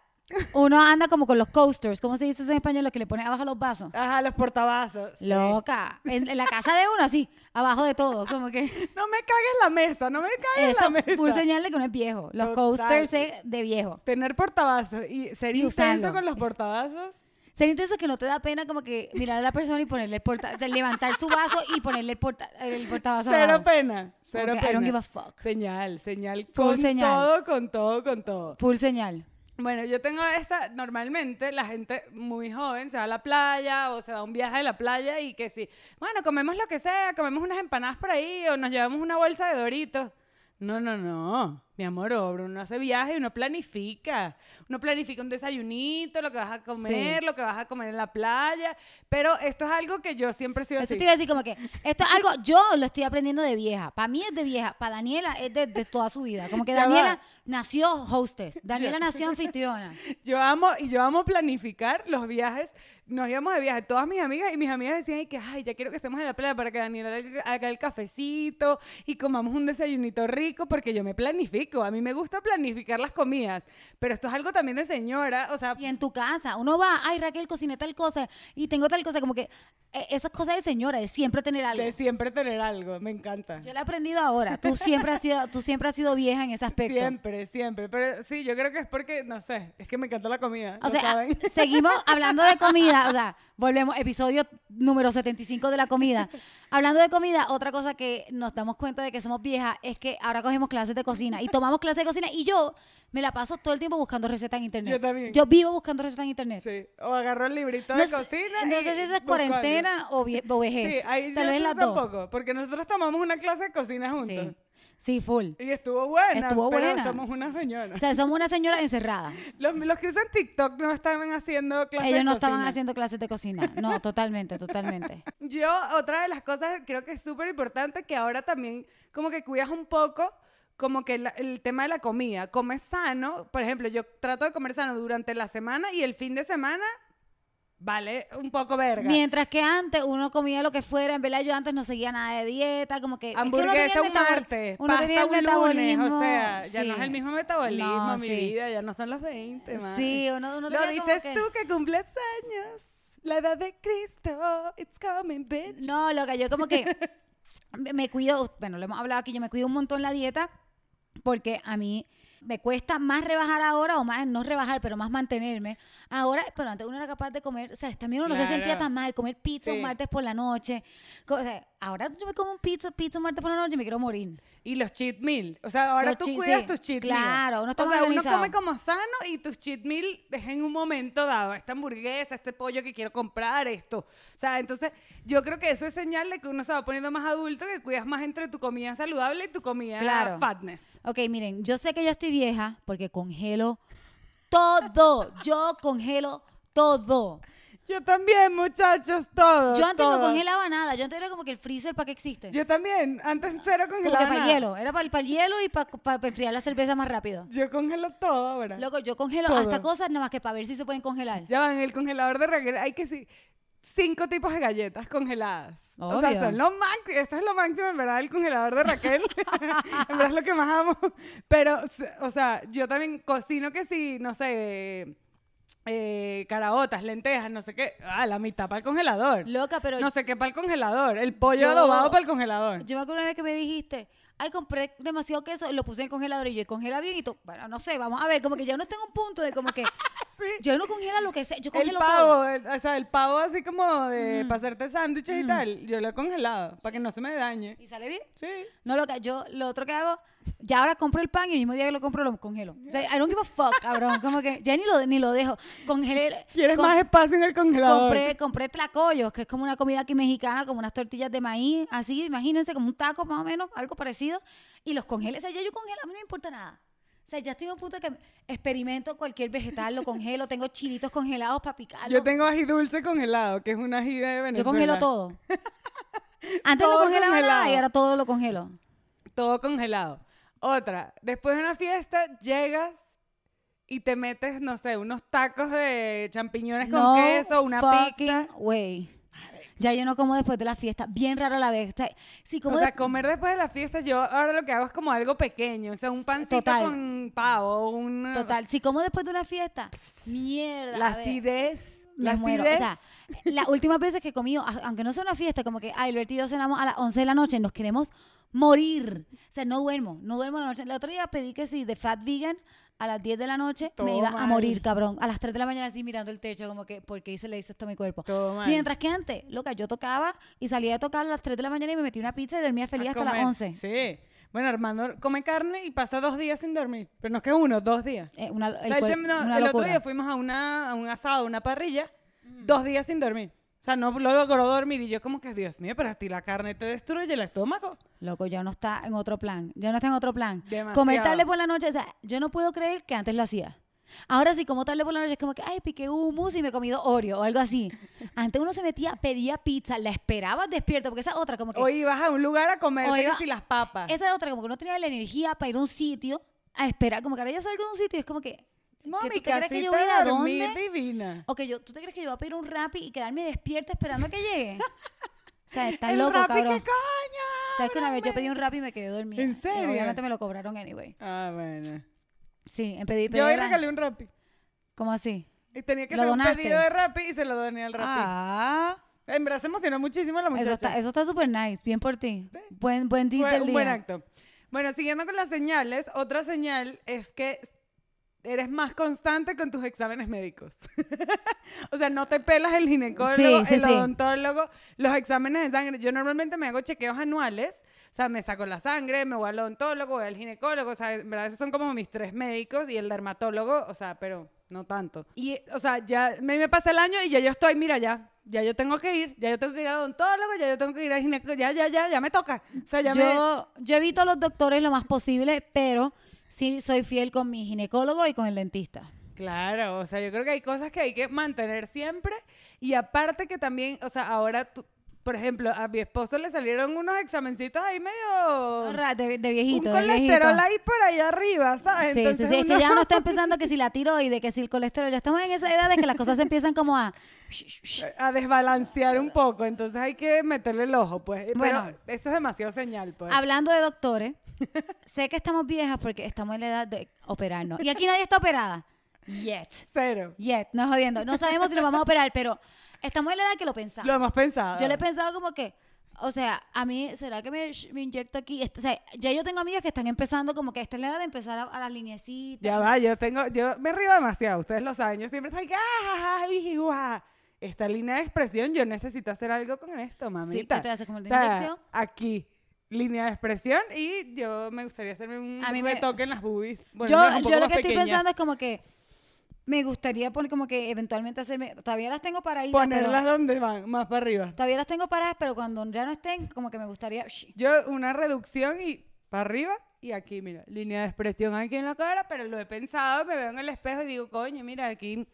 Speaker 2: uno anda como con los coasters cómo se dice eso en español lo que le pones abajo a los vasos
Speaker 1: Ajá, los portavasos. sí.
Speaker 2: loca en, en la casa de uno así abajo de todo como que
Speaker 1: No me cagues la mesa, no me cagues
Speaker 2: Eso,
Speaker 1: la mesa.
Speaker 2: full señal de que uno es viejo. Los
Speaker 1: Total.
Speaker 2: coasters es de viejo.
Speaker 1: Tener portavasos y ser
Speaker 2: Y
Speaker 1: intenso
Speaker 2: usarlo.
Speaker 1: con los
Speaker 2: Es-
Speaker 1: portavasos.
Speaker 2: Ser intenso que no te da pena como que mirar a la persona y ponerle el porta, o sea, levantar su vaso y ponerle el, porta, el portavasos
Speaker 1: Cero
Speaker 2: abajo.
Speaker 1: pena, cero
Speaker 2: que,
Speaker 1: pena.
Speaker 2: I don't give a fuck.
Speaker 1: Señal, señal.
Speaker 2: Full
Speaker 1: con
Speaker 2: señal.
Speaker 1: todo, con todo, con todo.
Speaker 2: Full señal.
Speaker 1: Bueno, yo tengo esa, normalmente la gente muy joven se va a la playa o se va a un viaje de la playa y que sí, bueno, comemos lo que sea, comemos unas empanadas por ahí o nos llevamos una bolsa de doritos. No, no, no, mi amor, obra, uno hace viaje y uno planifica. Uno planifica un desayunito, lo que vas a comer, lo que vas a comer en la playa, pero esto es algo que yo siempre he sido
Speaker 2: Eso
Speaker 1: así.
Speaker 2: te iba a decir como que esto es algo, yo lo estoy aprendiendo de vieja. Para mí es de vieja, para Daniela es de, de toda su vida. Como que
Speaker 1: Ya va.
Speaker 2: Daniela nació hostess, Daniela nació anfitriona.
Speaker 1: Yo amo y yo amo planificar los viajes. Nos íbamos de viaje todas mis amigas y mis amigas decían ay, que ay, ya quiero que estemos en la playa para que Daniela haga el cafecito y comamos un desayunito rico porque yo me planifico. A mí me gusta planificar las comidas, pero esto es algo también de señora, o sea,
Speaker 2: Y en tu casa, uno va, ay Raquel, cociné tal cosa y tengo tal cosa, como que eh, esas cosas de señora, de siempre tener algo.
Speaker 1: de siempre tener algo. Me encanta.
Speaker 2: Yo lo he aprendido ahora. Tú siempre has sido, tú siempre has sido vieja en ese aspecto.
Speaker 1: Siempre, siempre. Pero sí, yo creo que es porque, no sé, es que me encanta la comida.
Speaker 2: O
Speaker 1: ¿lo
Speaker 2: sea,
Speaker 1: saben?
Speaker 2: seguimos hablando de comida, o sea, volvemos, episodio número 75 de la comida. Hablando de comida, otra cosa que nos damos cuenta de que somos viejas es que ahora cogemos clases de cocina y tomamos clases de cocina y yo me la paso todo el tiempo buscando recetas en internet.
Speaker 1: Yo también.
Speaker 2: Yo vivo buscando recetas en internet.
Speaker 1: Sí. O agarro el librito de
Speaker 2: sé-
Speaker 1: cocina.
Speaker 2: no
Speaker 1: y
Speaker 2: sé si eso es
Speaker 1: busco algo.
Speaker 2: cuarentena o, vie- o vejez.
Speaker 1: Sí, ahí
Speaker 2: Tal
Speaker 1: yo
Speaker 2: vez
Speaker 1: tú
Speaker 2: las dos.
Speaker 1: tampoco, porque nosotros tomamos una clase de cocina juntos.
Speaker 2: Sí. sí, full.
Speaker 1: Y estuvo buena,
Speaker 2: Estuvo
Speaker 1: pero
Speaker 2: buena.
Speaker 1: somos una señora.
Speaker 2: O sea, somos una señora encerrada.
Speaker 1: los, los que usan TikTok no estaban haciendo clases de
Speaker 2: Ellos no estaban
Speaker 1: cocina.
Speaker 2: haciendo clases de cocina. No, totalmente, totalmente.
Speaker 1: Yo, otra de las cosas, creo que es súper importante que ahora también como que cuidas un poco como que la- el tema de la comida. Comes sano, por ejemplo, yo trato de comer sano durante la semana y el fin de semana vale un poco verga.
Speaker 2: Mientras que antes uno comía lo que fuera, en verdad yo antes no seguía nada de dieta, como que... Eh, es que uno tenía el
Speaker 1: Hamburguesa un
Speaker 2: metabol-
Speaker 1: martes,
Speaker 2: uno tenía
Speaker 1: pasta
Speaker 2: el
Speaker 1: un lunes, o
Speaker 2: metabolismo,
Speaker 1: sea, ya no es
Speaker 2: sí.
Speaker 1: el mismo metabolismo,
Speaker 2: No,
Speaker 1: mi
Speaker 2: sí.
Speaker 1: vida, ya no son los 20, más.
Speaker 2: Sí, uno, uno
Speaker 1: Lo
Speaker 2: tenía como
Speaker 1: dices
Speaker 2: que-
Speaker 1: tú que cumples años. La edad de Cristo. It's coming, bitch.
Speaker 2: No, loca, yo como que me me cuido, bueno, lo hemos hablado aquí, yo me cuido un montón la dieta porque a mí me cuesta más rebajar ahora o más no rebajar, pero más mantenerme. Ahora, pero antes uno era capaz de comer, o sea, también uno no se
Speaker 1: Claro.
Speaker 2: sentía tan mal comer pizza
Speaker 1: Sí.
Speaker 2: un martes por la noche. Co- O sea, ahora yo me como un pizza, pizza un martes por la noche y me quiero morir.
Speaker 1: Y los cheat meal. O sea, ahora
Speaker 2: Los
Speaker 1: tú
Speaker 2: cheat-
Speaker 1: cuidas
Speaker 2: sí,
Speaker 1: tus cheat meal.
Speaker 2: claro, uno está
Speaker 1: O
Speaker 2: más
Speaker 1: sea, uno
Speaker 2: organizado.
Speaker 1: come como sano y tus cheat meal es en un momento dado. Esta hamburguesa, este pollo que quiero comprar, esto. O sea, entonces yo creo que eso es señal de que uno se va poniendo más adulto, que cuidas más entre tu comida saludable y tu comida
Speaker 2: Claro.
Speaker 1: fatness.
Speaker 2: Ok, miren, yo sé que yo estoy vieja porque congelo todo. Yo congelo todo.
Speaker 1: Yo también, muchachos, todo.
Speaker 2: Yo antes
Speaker 1: todo.
Speaker 2: no congelaba nada. Yo antes era como que el freezer, ¿para qué existe?
Speaker 1: Yo también. Antes cero
Speaker 2: como que
Speaker 1: congelaba
Speaker 2: para
Speaker 1: nada.
Speaker 2: hielo. Era para el, hielo y para enfriar la cerveza más rápido.
Speaker 1: Yo congelo todo ahora.
Speaker 2: Loco, yo congelo
Speaker 1: Todo.
Speaker 2: hasta cosas nada más que para ver si se pueden congelar.
Speaker 1: Ya van, en el congelador de Raquel hay que sí, cinco tipos de galletas congeladas. O
Speaker 2: Obvio.
Speaker 1: sea, son lo máximo. Esto es lo máximo, en verdad, el congelador de Raquel. en verdad es lo que más amo. Pero, o sea, yo también cocino que sí, no sé, eh, caraotas, lentejas, no sé qué. Ah, la mitad para el congelador.
Speaker 2: Loca, pero
Speaker 1: No sé qué para el congelador. El pollo
Speaker 2: Yo-
Speaker 1: adobado para el congelador.
Speaker 2: yo me acuerdo una vez que me dijiste, ay, compré demasiado queso y lo puse en el congelador y yo, "¿Y congela bien? Y tú, bueno, no sé, vamos a ver, como que ya no tengo un punto de como que
Speaker 1: sí.
Speaker 2: yo no congela lo que sea, yo
Speaker 1: El
Speaker 2: congelo todo. Mm.
Speaker 1: pavo, el- o sea, el pavo así como de para hacerte sándwiches y tal, yo lo he congelado para que no se me dañe.
Speaker 2: ¿Y sale bien?
Speaker 1: Sí.
Speaker 2: No, loca, yo lo otro que hago, ya ahora compro el pan y el mismo día que lo compro lo congelo. O sea, I don't give a fuck, cabrón. Como que ya ni lo, ni lo dejo. Congelé.
Speaker 1: ¿Quieres
Speaker 2: con-
Speaker 1: más espacio en el congelador?
Speaker 2: Compré, compré tlacoyos, que es como una comida aquí mexicana, como unas tortillas de maíz, así, imagínense, como un taco más o menos, algo parecido. Y los congelé. O sea, ya yo congelo, a mí no me importa nada. O sea, ya estoy a un punto de que experimento cualquier vegetal, lo congelo, tengo chilitos congelados para picarlo.
Speaker 1: Yo tengo ají dulce congelado, que es un ají de Venezuela.
Speaker 2: Yo congelo todo. Antes no
Speaker 1: Todo
Speaker 2: congelaba nada
Speaker 1: congelado.
Speaker 2: y ahora todo lo congelo.
Speaker 1: Todo congelado. Otra, después de una fiesta llegas y te metes, no sé, unos tacos de champiñones con
Speaker 2: no
Speaker 1: queso, una
Speaker 2: fucking
Speaker 1: pizza.
Speaker 2: way. Ya yo no como después de la fiesta. Bien raro a la vez. O sea, sí, como
Speaker 1: O
Speaker 2: de-
Speaker 1: sea, comer después de la fiesta, yo ahora lo que hago es como algo pequeño, o sea, un pancito
Speaker 2: total.
Speaker 1: con pavo, un...
Speaker 2: total. Si como después de una fiesta, mierda.
Speaker 1: La
Speaker 2: a ver.
Speaker 1: acidez,
Speaker 2: Me
Speaker 1: la
Speaker 2: muero.
Speaker 1: acidez.
Speaker 2: O sea, las últimas veces que he comido, a- aunque no sea una fiesta, como que Albert y yo cenamos a las 11 de la noche, nos queremos morir. O sea, no duermo, no duermo la noche. La otra día pedí que sí, de Fat Vegan, a las 10 de la noche me
Speaker 1: Todo
Speaker 2: iba a
Speaker 1: mal.
Speaker 2: morir, cabrón. A las 3 de la mañana así mirando el techo, como que, ¿por qué se le hizo esto a mi cuerpo?
Speaker 1: Todo mal.
Speaker 2: Mientras que antes, loca, yo tocaba y salía a tocar a las 3 de la mañana y me metí una pizza y dormía
Speaker 1: A
Speaker 2: feliz hasta las
Speaker 1: comer.
Speaker 2: 11.
Speaker 1: Sí. Bueno, Armando come carne y pasa dos días sin dormir. Pero no es que uno, dos días.
Speaker 2: Eh, una, el
Speaker 1: O sea, él
Speaker 2: cuer-
Speaker 1: se- no,
Speaker 2: una
Speaker 1: el otro
Speaker 2: locura.
Speaker 1: día fuimos a, una, a un asado, una parrilla, dos días sin dormir. O sea, no lo logró dormir y yo como que, Dios mío, pero a ti la carne te destruye el estómago.
Speaker 2: Loco, ya no está en otro plan. Ya no está en otro plan. Comer
Speaker 1: Demasiado.
Speaker 2: tarde por la noche, o sea, yo no puedo creer que antes lo hacía. Ahora sí, como tarde por la noche, es como que, ay, piqué hummus y me he comido Oreo o algo así. Antes uno se metía, pedía pizza, la esperaba despierto, porque esa es otra, como que...
Speaker 1: Hoy ibas a un lugar a
Speaker 2: O
Speaker 1: comer
Speaker 2: iba-
Speaker 1: y las papas.
Speaker 2: Esa era otra, como que uno tenía la energía para ir a un sitio a esperar. Como que ahora yo salgo de un sitio y es como que.
Speaker 1: Mami,
Speaker 2: ¿que tú te crees que yo voy a ir
Speaker 1: casita
Speaker 2: a
Speaker 1: de dormir
Speaker 2: dónde?
Speaker 1: divina.
Speaker 2: Ok, yo, ¿tú te crees que yo voy a pedir un rap y quedarme despierta esperando a que llegue? O sea, estás
Speaker 1: El
Speaker 2: loco,
Speaker 1: Rappi,
Speaker 2: cabrón.
Speaker 1: ¿qué coño?
Speaker 2: ¿Sabes que una vez yo pedí un rap y me quedé dormida?
Speaker 1: ¿En
Speaker 2: Y
Speaker 1: serio?
Speaker 2: obviamente me lo cobraron anyway.
Speaker 1: Ah, bueno.
Speaker 2: Sí, en pedí, pedí
Speaker 1: Yo hoy
Speaker 2: el-
Speaker 1: regalé un Rappi.
Speaker 2: ¿Cómo así?
Speaker 1: Y tenía que
Speaker 2: ¿Lo
Speaker 1: hacer
Speaker 2: donaste?
Speaker 1: un pedido de Rappi y se lo doné al Rappi.
Speaker 2: Ah,
Speaker 1: En verdad se emocionó muchísimo la muchacha.
Speaker 2: eso está eso está súper nice. Bien por ti. Buen, buen día
Speaker 1: Fue
Speaker 2: del
Speaker 1: un
Speaker 2: día.
Speaker 1: buen acto. Bueno, siguiendo con las señales, otra señal es que eres más constante con tus exámenes médicos. o sea, no te pelas el ginecólogo,
Speaker 2: Sí, sí,
Speaker 1: el
Speaker 2: sí.
Speaker 1: odontólogo, los exámenes de sangre. Yo normalmente me hago chequeos anuales. O sea, me saco la sangre, me voy al odontólogo, voy al ginecólogo. O sea, en verdad, esos son como mis tres médicos y el dermatólogo, o sea, pero no tanto. Y, o sea, ya me, me pasa el año y ya yo estoy, mira, ya. Ya yo tengo que ir, ya yo tengo que ir al odontólogo, ya yo tengo que ir al ginecólogo, ya, ya, ya, ya me toca. O sea, ya me...
Speaker 2: yo, yo evito a los doctores lo más posible, pero sí soy fiel con mi ginecólogo y con el dentista.
Speaker 1: Claro, o sea, yo creo que hay cosas que hay que mantener siempre y aparte que también, o sea, ahora tú, por ejemplo, a mi esposo le salieron unos examencitos ahí medio
Speaker 2: Ra-
Speaker 1: Oh.
Speaker 2: De, de
Speaker 1: un
Speaker 2: viejito, de viejito.
Speaker 1: colesterol ahí por allá arriba, ¿sabes?
Speaker 2: Sí,
Speaker 1: Entonces
Speaker 2: sí, sí, es
Speaker 1: uno-
Speaker 2: que ya uno está empezando que si la tiroide, que si el colesterol, ya estamos en esa edad de que las cosas se empiezan como a...
Speaker 1: a desbalancear un poco, entonces hay que meterle el ojo, pues.
Speaker 2: Bueno.
Speaker 1: Pero eso es demasiado señal, pues.
Speaker 2: Hablando de doctores, sé que estamos viejas porque estamos en la edad de operarnos. Y aquí nadie está operada. Yet.
Speaker 1: Cero.
Speaker 2: Yet, no jodiendo. No sabemos si nos vamos a operar, pero estamos en la edad que lo pensamos.
Speaker 1: Lo hemos pensado.
Speaker 2: Yo le he pensado como que, o sea, a mí, ¿será que me, me inyecto aquí? Esto- O sea, ya yo tengo amigas que están empezando como que esta es la edad de empezar a, a las lineecitas.
Speaker 1: Ya va, yo tengo, yo me río demasiado, ustedes lo saben, yo siempre estoy que, ah, ay, guau". Esta línea de expresión, yo necesito hacer algo con esto, mamita.
Speaker 2: te haces como una
Speaker 1: O sea,
Speaker 2: inyección.
Speaker 1: Aquí, línea de expresión y yo me gustaría hacerme un
Speaker 2: A mí me-
Speaker 1: retoque en las boobies. Bueno, unas
Speaker 2: yo
Speaker 1: un poco
Speaker 2: yo lo
Speaker 1: más
Speaker 2: que estoy
Speaker 1: pequeñas.
Speaker 2: pensando es como que me gustaría poner como que eventualmente hacerme, todavía las tengo paraditas,
Speaker 1: Ponerlas
Speaker 2: pero,
Speaker 1: donde van, más para arriba.
Speaker 2: todavía las tengo paradas, pero cuando ya no estén, como que me gustaría...
Speaker 1: Yo una reducción y para arriba y aquí, mira, línea de expresión aquí en la cara, pero lo he pensado, me veo en el espejo y digo, coño, mira, aquí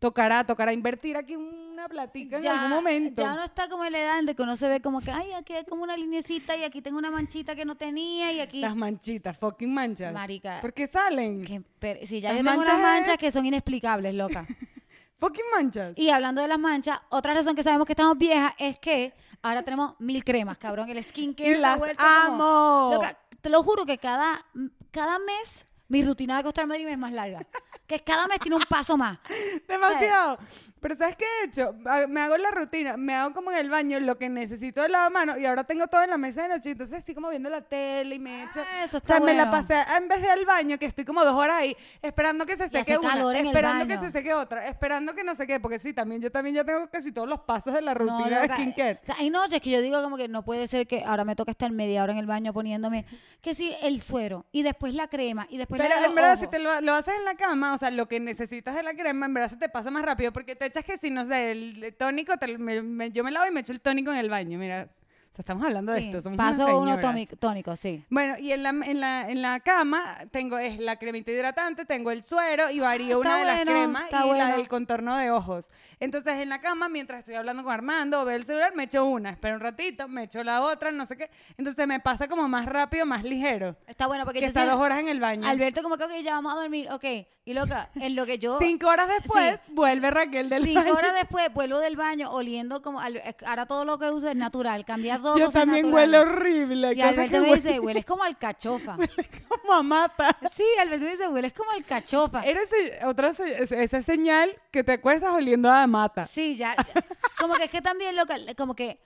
Speaker 1: tocará, tocará invertir aquí una platica en algún momento.
Speaker 2: ya no está como en la edad en de que uno se ve como que, ay, aquí hay como una linecita y aquí tengo una manchita que no tenía y aquí...
Speaker 1: Las manchitas, fucking manchas.
Speaker 2: Marica.
Speaker 1: ¿Por qué salen?
Speaker 2: Que, pero- sí, ya
Speaker 1: Las
Speaker 2: yo tengo unas
Speaker 1: manchas
Speaker 2: manchas
Speaker 1: es-
Speaker 2: que son inexplicables, loca.
Speaker 1: Fucking manchas.
Speaker 2: Y hablando de las manchas, otra razón que sabemos que estamos viejas es que ahora tenemos mil cremas, cabrón. El skincare
Speaker 1: Y
Speaker 2: se ha
Speaker 1: las
Speaker 2: vuelto como-
Speaker 1: amo.
Speaker 2: Loca, te lo juro que cada, cada mes mi rutina de acostarme a dormir es más larga. Que cada mes tiene un paso más.
Speaker 1: Demasiado. Pero ¿sabes qué he hecho? Ha- Me hago la rutina, me hago como en el baño lo que necesito de lavamanos y ahora tengo todo en la mesa de noche. Entonces estoy como viendo la tele y me he hecho...
Speaker 2: Ah, eso
Speaker 1: o sea,
Speaker 2: está
Speaker 1: me la
Speaker 2: bueno.
Speaker 1: pasé en vez de al baño, que estoy como dos horas ahí esperando que se seque
Speaker 2: hace
Speaker 1: una,
Speaker 2: calor en el
Speaker 1: esperando que
Speaker 2: baño.
Speaker 1: se seque otra, esperando que no se qué, porque sí, también yo también ya tengo casi todos los pasos de la
Speaker 2: No,
Speaker 1: rutina de
Speaker 2: loca, eh,
Speaker 1: skincare.
Speaker 2: o sea, hay noches que yo digo como que no puede ser que ahora me toca estar media hora en el baño poniéndome, que sí, el suero y después la crema y después
Speaker 1: Pero
Speaker 2: la de
Speaker 1: en
Speaker 2: los
Speaker 1: verdad, si
Speaker 2: ojos.
Speaker 1: te lo, lo haces en la cama, o sea, lo que necesitas de la crema, en verdad se te pasa más rápido porque te echas que si, no sé, el tónico, te lo- me- me- yo me lavo y me echo el tónico en el baño, mira. O sea, estamos hablando de
Speaker 2: Sí,
Speaker 1: esto, somos unas
Speaker 2: paso uno
Speaker 1: señoras.
Speaker 2: tónico, tónico, sí.
Speaker 1: Bueno, y en la, en, la, en la cama tengo es la cremita hidratante, tengo el suero y varío
Speaker 2: Ah, está
Speaker 1: una de las
Speaker 2: bueno,
Speaker 1: cremas
Speaker 2: está
Speaker 1: y la
Speaker 2: bueno.
Speaker 1: del contorno de ojos. Entonces en la cama, mientras estoy hablando con Armando o veo el celular, me echo una, espero un ratito, me echo la otra, no sé qué. Entonces me pasa como más rápido, más ligero.
Speaker 2: Está bueno porque
Speaker 1: Que
Speaker 2: yo
Speaker 1: está
Speaker 2: sí-
Speaker 1: dos horas en el baño.
Speaker 2: Alberto como que ok, ya vamos a dormir, ok. Y loca, en lo que yo...
Speaker 1: Cinco horas después, vuelve Raquel del
Speaker 2: Oh, cinco
Speaker 1: baño.
Speaker 2: horas después vuelvo del baño oliendo como... al- eh, Ahora todo lo que uso es natural, cambiar dos
Speaker 1: Yo
Speaker 2: cosas
Speaker 1: también huele
Speaker 2: naturales.
Speaker 1: horrible.
Speaker 2: Y
Speaker 1: cosa
Speaker 2: Alberto
Speaker 1: que
Speaker 2: me
Speaker 1: huele
Speaker 2: dice, hueles como alcachofa.
Speaker 1: como a mata.
Speaker 2: Sí, Alberto me dice, hueles como alcachofa.
Speaker 1: Eres se- otra se- es- esa señal que te acuestas oliendo a mata.
Speaker 2: Sí, ya. ya. Como que es que también, loca, como que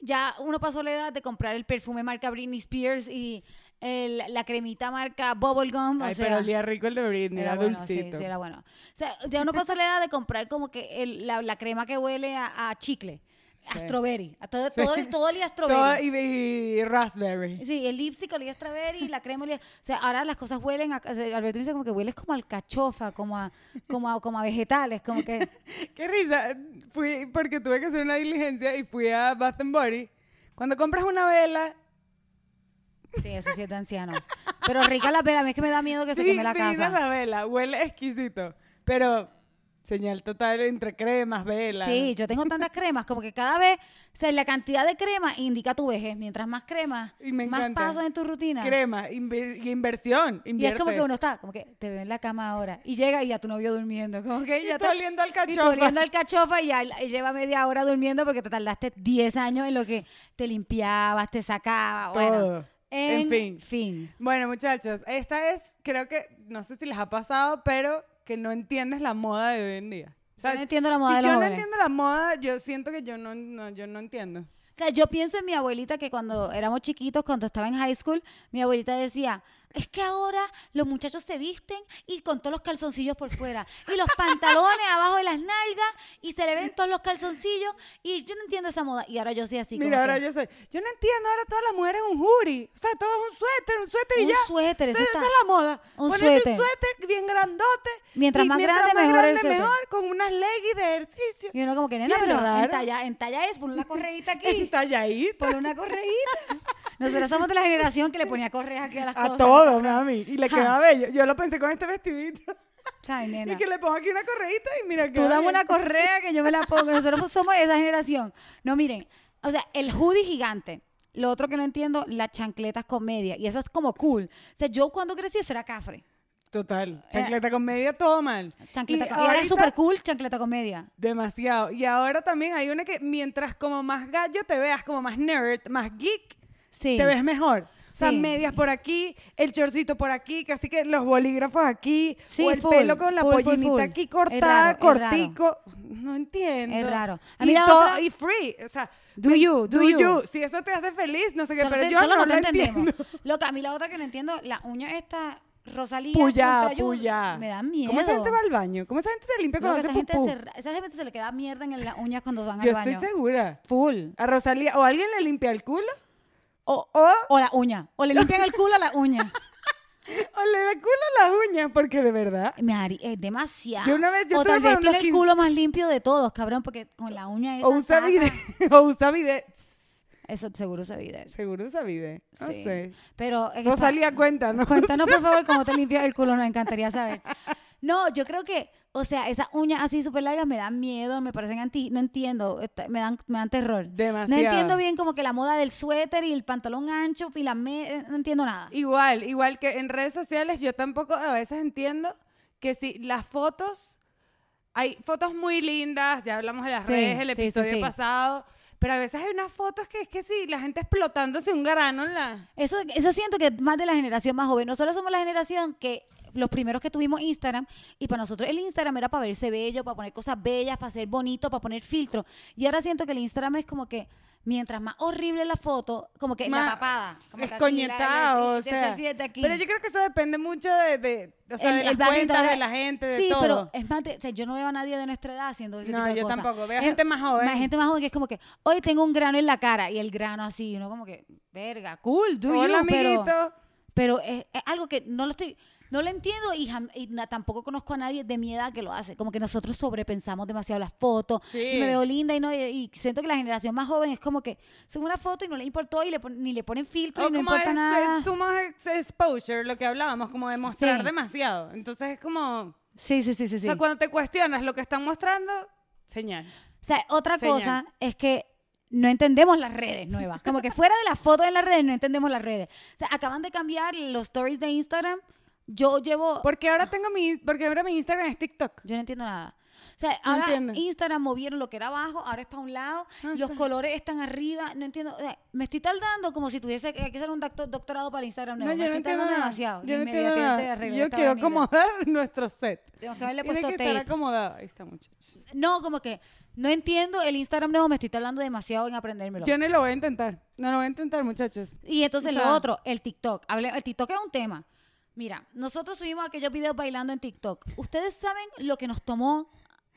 Speaker 2: ya uno pasó la edad de comprar el perfume marca Britney Spears y el- la cremita marca Bubblegum.
Speaker 1: Ay,
Speaker 2: o sea,
Speaker 1: pero olía rico el de Britney, era,
Speaker 2: bueno, sí,
Speaker 1: dulcito.
Speaker 2: sí, era bueno. O sea, ya uno pasa la edad de comprar como que el- la, la crema que huele a, a chicle. Astroberry. A todo, todo, el- todo olía a strawberry.
Speaker 1: Todo- y, y raspberry.
Speaker 2: Sí, el lipstick olía a strawberry, la crema olía... O sea, ahora las cosas huelen a... o sea, Alberto me dice como que hueles como a alcachofa, como a, como a, como a vegetales, como que...
Speaker 1: Qué risa. Fui porque tuve que hacer una diligencia y fui a Bath and Body. Cuando compras una vela,
Speaker 2: Sí, eso sí es de anciano. Pero rica la pera, a mí es que me da miedo que se queme la
Speaker 1: divina
Speaker 2: casa.
Speaker 1: la vela, huele exquisito. Pero señal total entre cremas, velas.
Speaker 2: Sí, yo tengo tantas cremas, como que cada vez, o sea, la cantidad de crema indica tu vejez. Mientras más crema,
Speaker 1: Y me
Speaker 2: más
Speaker 1: encanta.
Speaker 2: pasos en tu rutina.
Speaker 1: crema, inver- y inversión,
Speaker 2: y es como que
Speaker 1: inviertes.
Speaker 2: uno está, como que te veo en la cama ahora. Y llega y a tu novio durmiendo. Como que
Speaker 1: Y
Speaker 2: ya
Speaker 1: tú
Speaker 2: está-
Speaker 1: oliendo
Speaker 2: Y
Speaker 1: alcachofa.
Speaker 2: tú oliendo alcachofa y ya y lleva media hora durmiendo porque te tardaste 10 años en lo que te limpiabas, te sacabas. Bueno,
Speaker 1: Todo. En fin.
Speaker 2: fin.
Speaker 1: Bueno, muchachos, esta es, creo que, no sé si les ha pasado, pero que no entiendes la moda de hoy en día. O
Speaker 2: Yo no entiendo la moda
Speaker 1: si
Speaker 2: de los
Speaker 1: yo no
Speaker 2: jóvenes.
Speaker 1: entiendo la moda, yo siento que yo no, no- yo no entiendo.
Speaker 2: O sea, yo pienso en mi abuelita que cuando éramos chiquitos, cuando estaba en high school, mi abuelita decía, es que ahora los muchachos se visten y con todos los calzoncillos por fuera y los pantalones abajo de las nalgas y se le ven todos los calzoncillos y yo no entiendo esa moda. Y ahora yo soy así. como
Speaker 1: Mira, ahora
Speaker 2: que,
Speaker 1: yo soy, yo no entiendo, ahora todas las mujeres un juri. O sea, todo es un suéter, un suéter y
Speaker 2: Un
Speaker 1: ya.
Speaker 2: suéter, eso
Speaker 1: Esa-
Speaker 2: está-
Speaker 1: Esa es la moda.
Speaker 2: un
Speaker 1: Ponerse
Speaker 2: suéter.
Speaker 1: un suéter bien grandote.
Speaker 2: Mientras
Speaker 1: y
Speaker 2: más grande, mejor el suéter.
Speaker 1: mejor, con unas leggings de ejercicio.
Speaker 2: Y uno como que, nena,
Speaker 1: Bien
Speaker 2: pero en
Speaker 1: raro.
Speaker 2: talla, en talla es, pon una correíta aquí,
Speaker 1: Entalladita.
Speaker 2: pon una correíta. Nosotros somos de la generación que le ponía correas aquí a las
Speaker 1: A
Speaker 2: cosas.
Speaker 1: todo, mami. Y le
Speaker 2: Ja.
Speaker 1: queda bello. Yo lo pensé con este vestidito.
Speaker 2: Ay, nena.
Speaker 1: Y que le pongo aquí una correita y mira que.
Speaker 2: Tú dame una correa que yo me la pongo. Nosotros pues somos de esa generación. No, miren. O sea, el hoodie gigante. Lo otro que no entiendo, las chancletas con media. Y eso es como cool. O sea, yo cuando crecí eso era cafre.
Speaker 1: Total. Chancleta con media, todo mal.
Speaker 2: Eh. Chancleta
Speaker 1: Y
Speaker 2: con- y era
Speaker 1: ahorita,
Speaker 2: súper cool chancleta con media.
Speaker 1: Demasiado. Y ahora también hay una que mientras como más gallo te veas, como más nerd, más geek,
Speaker 2: Sí.
Speaker 1: te ves mejor. O sea,
Speaker 2: Sí.
Speaker 1: medias por aquí, el chorcito por aquí, casi que los bolígrafos aquí,
Speaker 2: Sí,
Speaker 1: o el
Speaker 2: full,
Speaker 1: pelo con la
Speaker 2: full, full,
Speaker 1: pollinita
Speaker 2: full.
Speaker 1: aquí
Speaker 2: Es
Speaker 1: cortada,
Speaker 2: raro, es raro.
Speaker 1: cortico. No entiendo.
Speaker 2: Es raro. A mí
Speaker 1: y,
Speaker 2: la
Speaker 1: todo-
Speaker 2: otra-
Speaker 1: y free. O sea,
Speaker 2: Do you, do, you.
Speaker 1: Si eso te hace feliz, no sé qué,
Speaker 2: Solo
Speaker 1: pero
Speaker 2: te-
Speaker 1: yo
Speaker 2: solo
Speaker 1: no
Speaker 2: te
Speaker 1: lo entiendo.
Speaker 2: Loca, a mí la otra que no entiendo, la uña esta, Rosalía.
Speaker 1: Puya,
Speaker 2: Monteayud,
Speaker 1: puya.
Speaker 2: Me da miedo.
Speaker 1: ¿Cómo esa gente va al baño? ¿Cómo esa gente se limpia
Speaker 2: Loca,
Speaker 1: cuando
Speaker 2: esa,
Speaker 1: hace
Speaker 2: gente
Speaker 1: pupú?
Speaker 2: se, ra- esa gente se le queda mierda en las uñas cuando van
Speaker 1: Yo
Speaker 2: al baño.
Speaker 1: estoy segura.
Speaker 2: Full.
Speaker 1: A Rosalía, o alguien le limpia el culo,
Speaker 2: O,
Speaker 1: o,
Speaker 2: o la uña. O le limpian el culo a la uña.
Speaker 1: o le da el culo a las uñas, porque de verdad.
Speaker 2: Mari, es demasiado.
Speaker 1: Yo una vez- yo
Speaker 2: o tal
Speaker 1: tuve
Speaker 2: vez
Speaker 1: unos
Speaker 2: tiene el
Speaker 1: 15.
Speaker 2: culo más limpio de todos, cabrón, porque con la uña esa
Speaker 1: O usa
Speaker 2: saca-
Speaker 1: vide. O usa vide.
Speaker 2: Eso seguro se evidente.
Speaker 1: Seguro usa vide. No
Speaker 2: Sí.
Speaker 1: sé.
Speaker 2: Pero es que
Speaker 1: Rosalía, cuenta, ¿no?
Speaker 2: pa- cuéntanos por favor cómo te limpias el culo, nos encantaría saber. No, yo creo que, o sea, esas uñas así súper largas me dan miedo, me parecen anti, no entiendo, esta- me dan me dan terror. No
Speaker 1: Demasiado.
Speaker 2: entiendo bien como que la moda del suéter y el pantalón ancho y la me- no entiendo nada.
Speaker 1: Igual, igual que en redes sociales, yo tampoco a veces entiendo que si las fotos, hay fotos muy lindas, ya hablamos de las
Speaker 2: Sí,
Speaker 1: redes, el
Speaker 2: sí, sí,
Speaker 1: episodio
Speaker 2: sí.
Speaker 1: pasado, pero a veces hay unas fotos que es que sí, la gente explotándose un grano en la...
Speaker 2: Eso, eso siento que es más de la generación más joven. Nosotros somos la generación que los primeros que tuvimos Instagram y para nosotros el Instagram era para verse bello, para poner cosas bellas, para ser bonito, para poner filtro. Y ahora siento que el Instagram es como que mientras más horrible la foto, como que la
Speaker 1: Más
Speaker 2: papada. Como que aquí, la- la-
Speaker 1: Escoñetado, o
Speaker 2: de
Speaker 1: sea.
Speaker 2: selfie desde aquí.
Speaker 1: Pero yo creo que eso depende mucho de, de, o sea,
Speaker 2: El-
Speaker 1: de
Speaker 2: el
Speaker 1: las
Speaker 2: barrio
Speaker 1: cuentas,
Speaker 2: todavía-
Speaker 1: de la gente, de
Speaker 2: sí,
Speaker 1: todo.
Speaker 2: pero es más, de- o sea, yo no veo a nadie de nuestra edad haciendo ese
Speaker 1: No,
Speaker 2: tipo de
Speaker 1: yo
Speaker 2: cosas.
Speaker 1: tampoco. Veo
Speaker 2: Es-
Speaker 1: gente más joven.
Speaker 2: Más gente más joven que es como que, hoy tengo un grano en la cara y el grano así, y uno como que, verga, cool, do
Speaker 1: Hola,
Speaker 2: you, pero-
Speaker 1: amiguito.
Speaker 2: pero es, es algo que no lo estoy no lo entiendo y, jam- y na- tampoco conozco a nadie de mi edad que lo hace como que nosotros sobrepensamos demasiado las fotos
Speaker 1: Sí.
Speaker 2: y me veo linda y no y, y siento que la generación más joven es como que suben una foto y no le importó y le pon- ni le ponen filtro
Speaker 1: O
Speaker 2: y no
Speaker 1: como
Speaker 2: importa
Speaker 1: Oh, es-
Speaker 2: nada
Speaker 1: es tu más ex- exposure, lo que hablábamos, como demostrar
Speaker 2: Sí.
Speaker 1: demasiado. Entonces es como...
Speaker 2: sí sí sí sí, sí.
Speaker 1: O sea, cuando te cuestionas lo que están mostrando, señal.
Speaker 2: O sea, otra
Speaker 1: Señal.
Speaker 2: cosa es que no entendemos las redes nuevas. Como que fuera de las fotos en las redes, no entendemos las redes. O sea, acaban de cambiar los stories de Instagram. Yo llevo...
Speaker 1: Porque ahora tengo mi, porque ahora mi Instagram es TikTok.
Speaker 2: Yo no entiendo nada. O sea, ahora
Speaker 1: entiendo.
Speaker 2: Instagram movieron lo que era abajo, ahora es para un lado,
Speaker 1: No
Speaker 2: los
Speaker 1: sé.
Speaker 2: colores están arriba, no entiendo. o sea, me estoy tardando como si tuviese que que hacer un docto- doctorado para el Instagram nuevo.
Speaker 1: No,
Speaker 2: me
Speaker 1: yo no
Speaker 2: estoy tardando
Speaker 1: entiendo nada.
Speaker 2: demasiado.
Speaker 1: Yo
Speaker 2: La
Speaker 1: no entiendo
Speaker 2: inmediatez de
Speaker 1: nada.
Speaker 2: arreglar
Speaker 1: Yo
Speaker 2: esta
Speaker 1: quiero
Speaker 2: vaina.
Speaker 1: acomodar nuestro set.
Speaker 2: Tenemos que haberle
Speaker 1: Tiene
Speaker 2: puesto
Speaker 1: que estar
Speaker 2: tape.
Speaker 1: acomodado. Ahí está, muchachos.
Speaker 2: No, como que no entiendo el Instagram nuevo, me estoy tardando demasiado en aprendérmelo.
Speaker 1: Yo no lo voy a intentar. No lo voy a intentar, muchachos.
Speaker 2: Y entonces
Speaker 1: O
Speaker 2: lo
Speaker 1: sea-
Speaker 2: otro, el TikTok. Hable- el TikTok es un tema. Mira, nosotros subimos aquellos videos bailando en TikTok. ¿Ustedes saben lo que nos tomó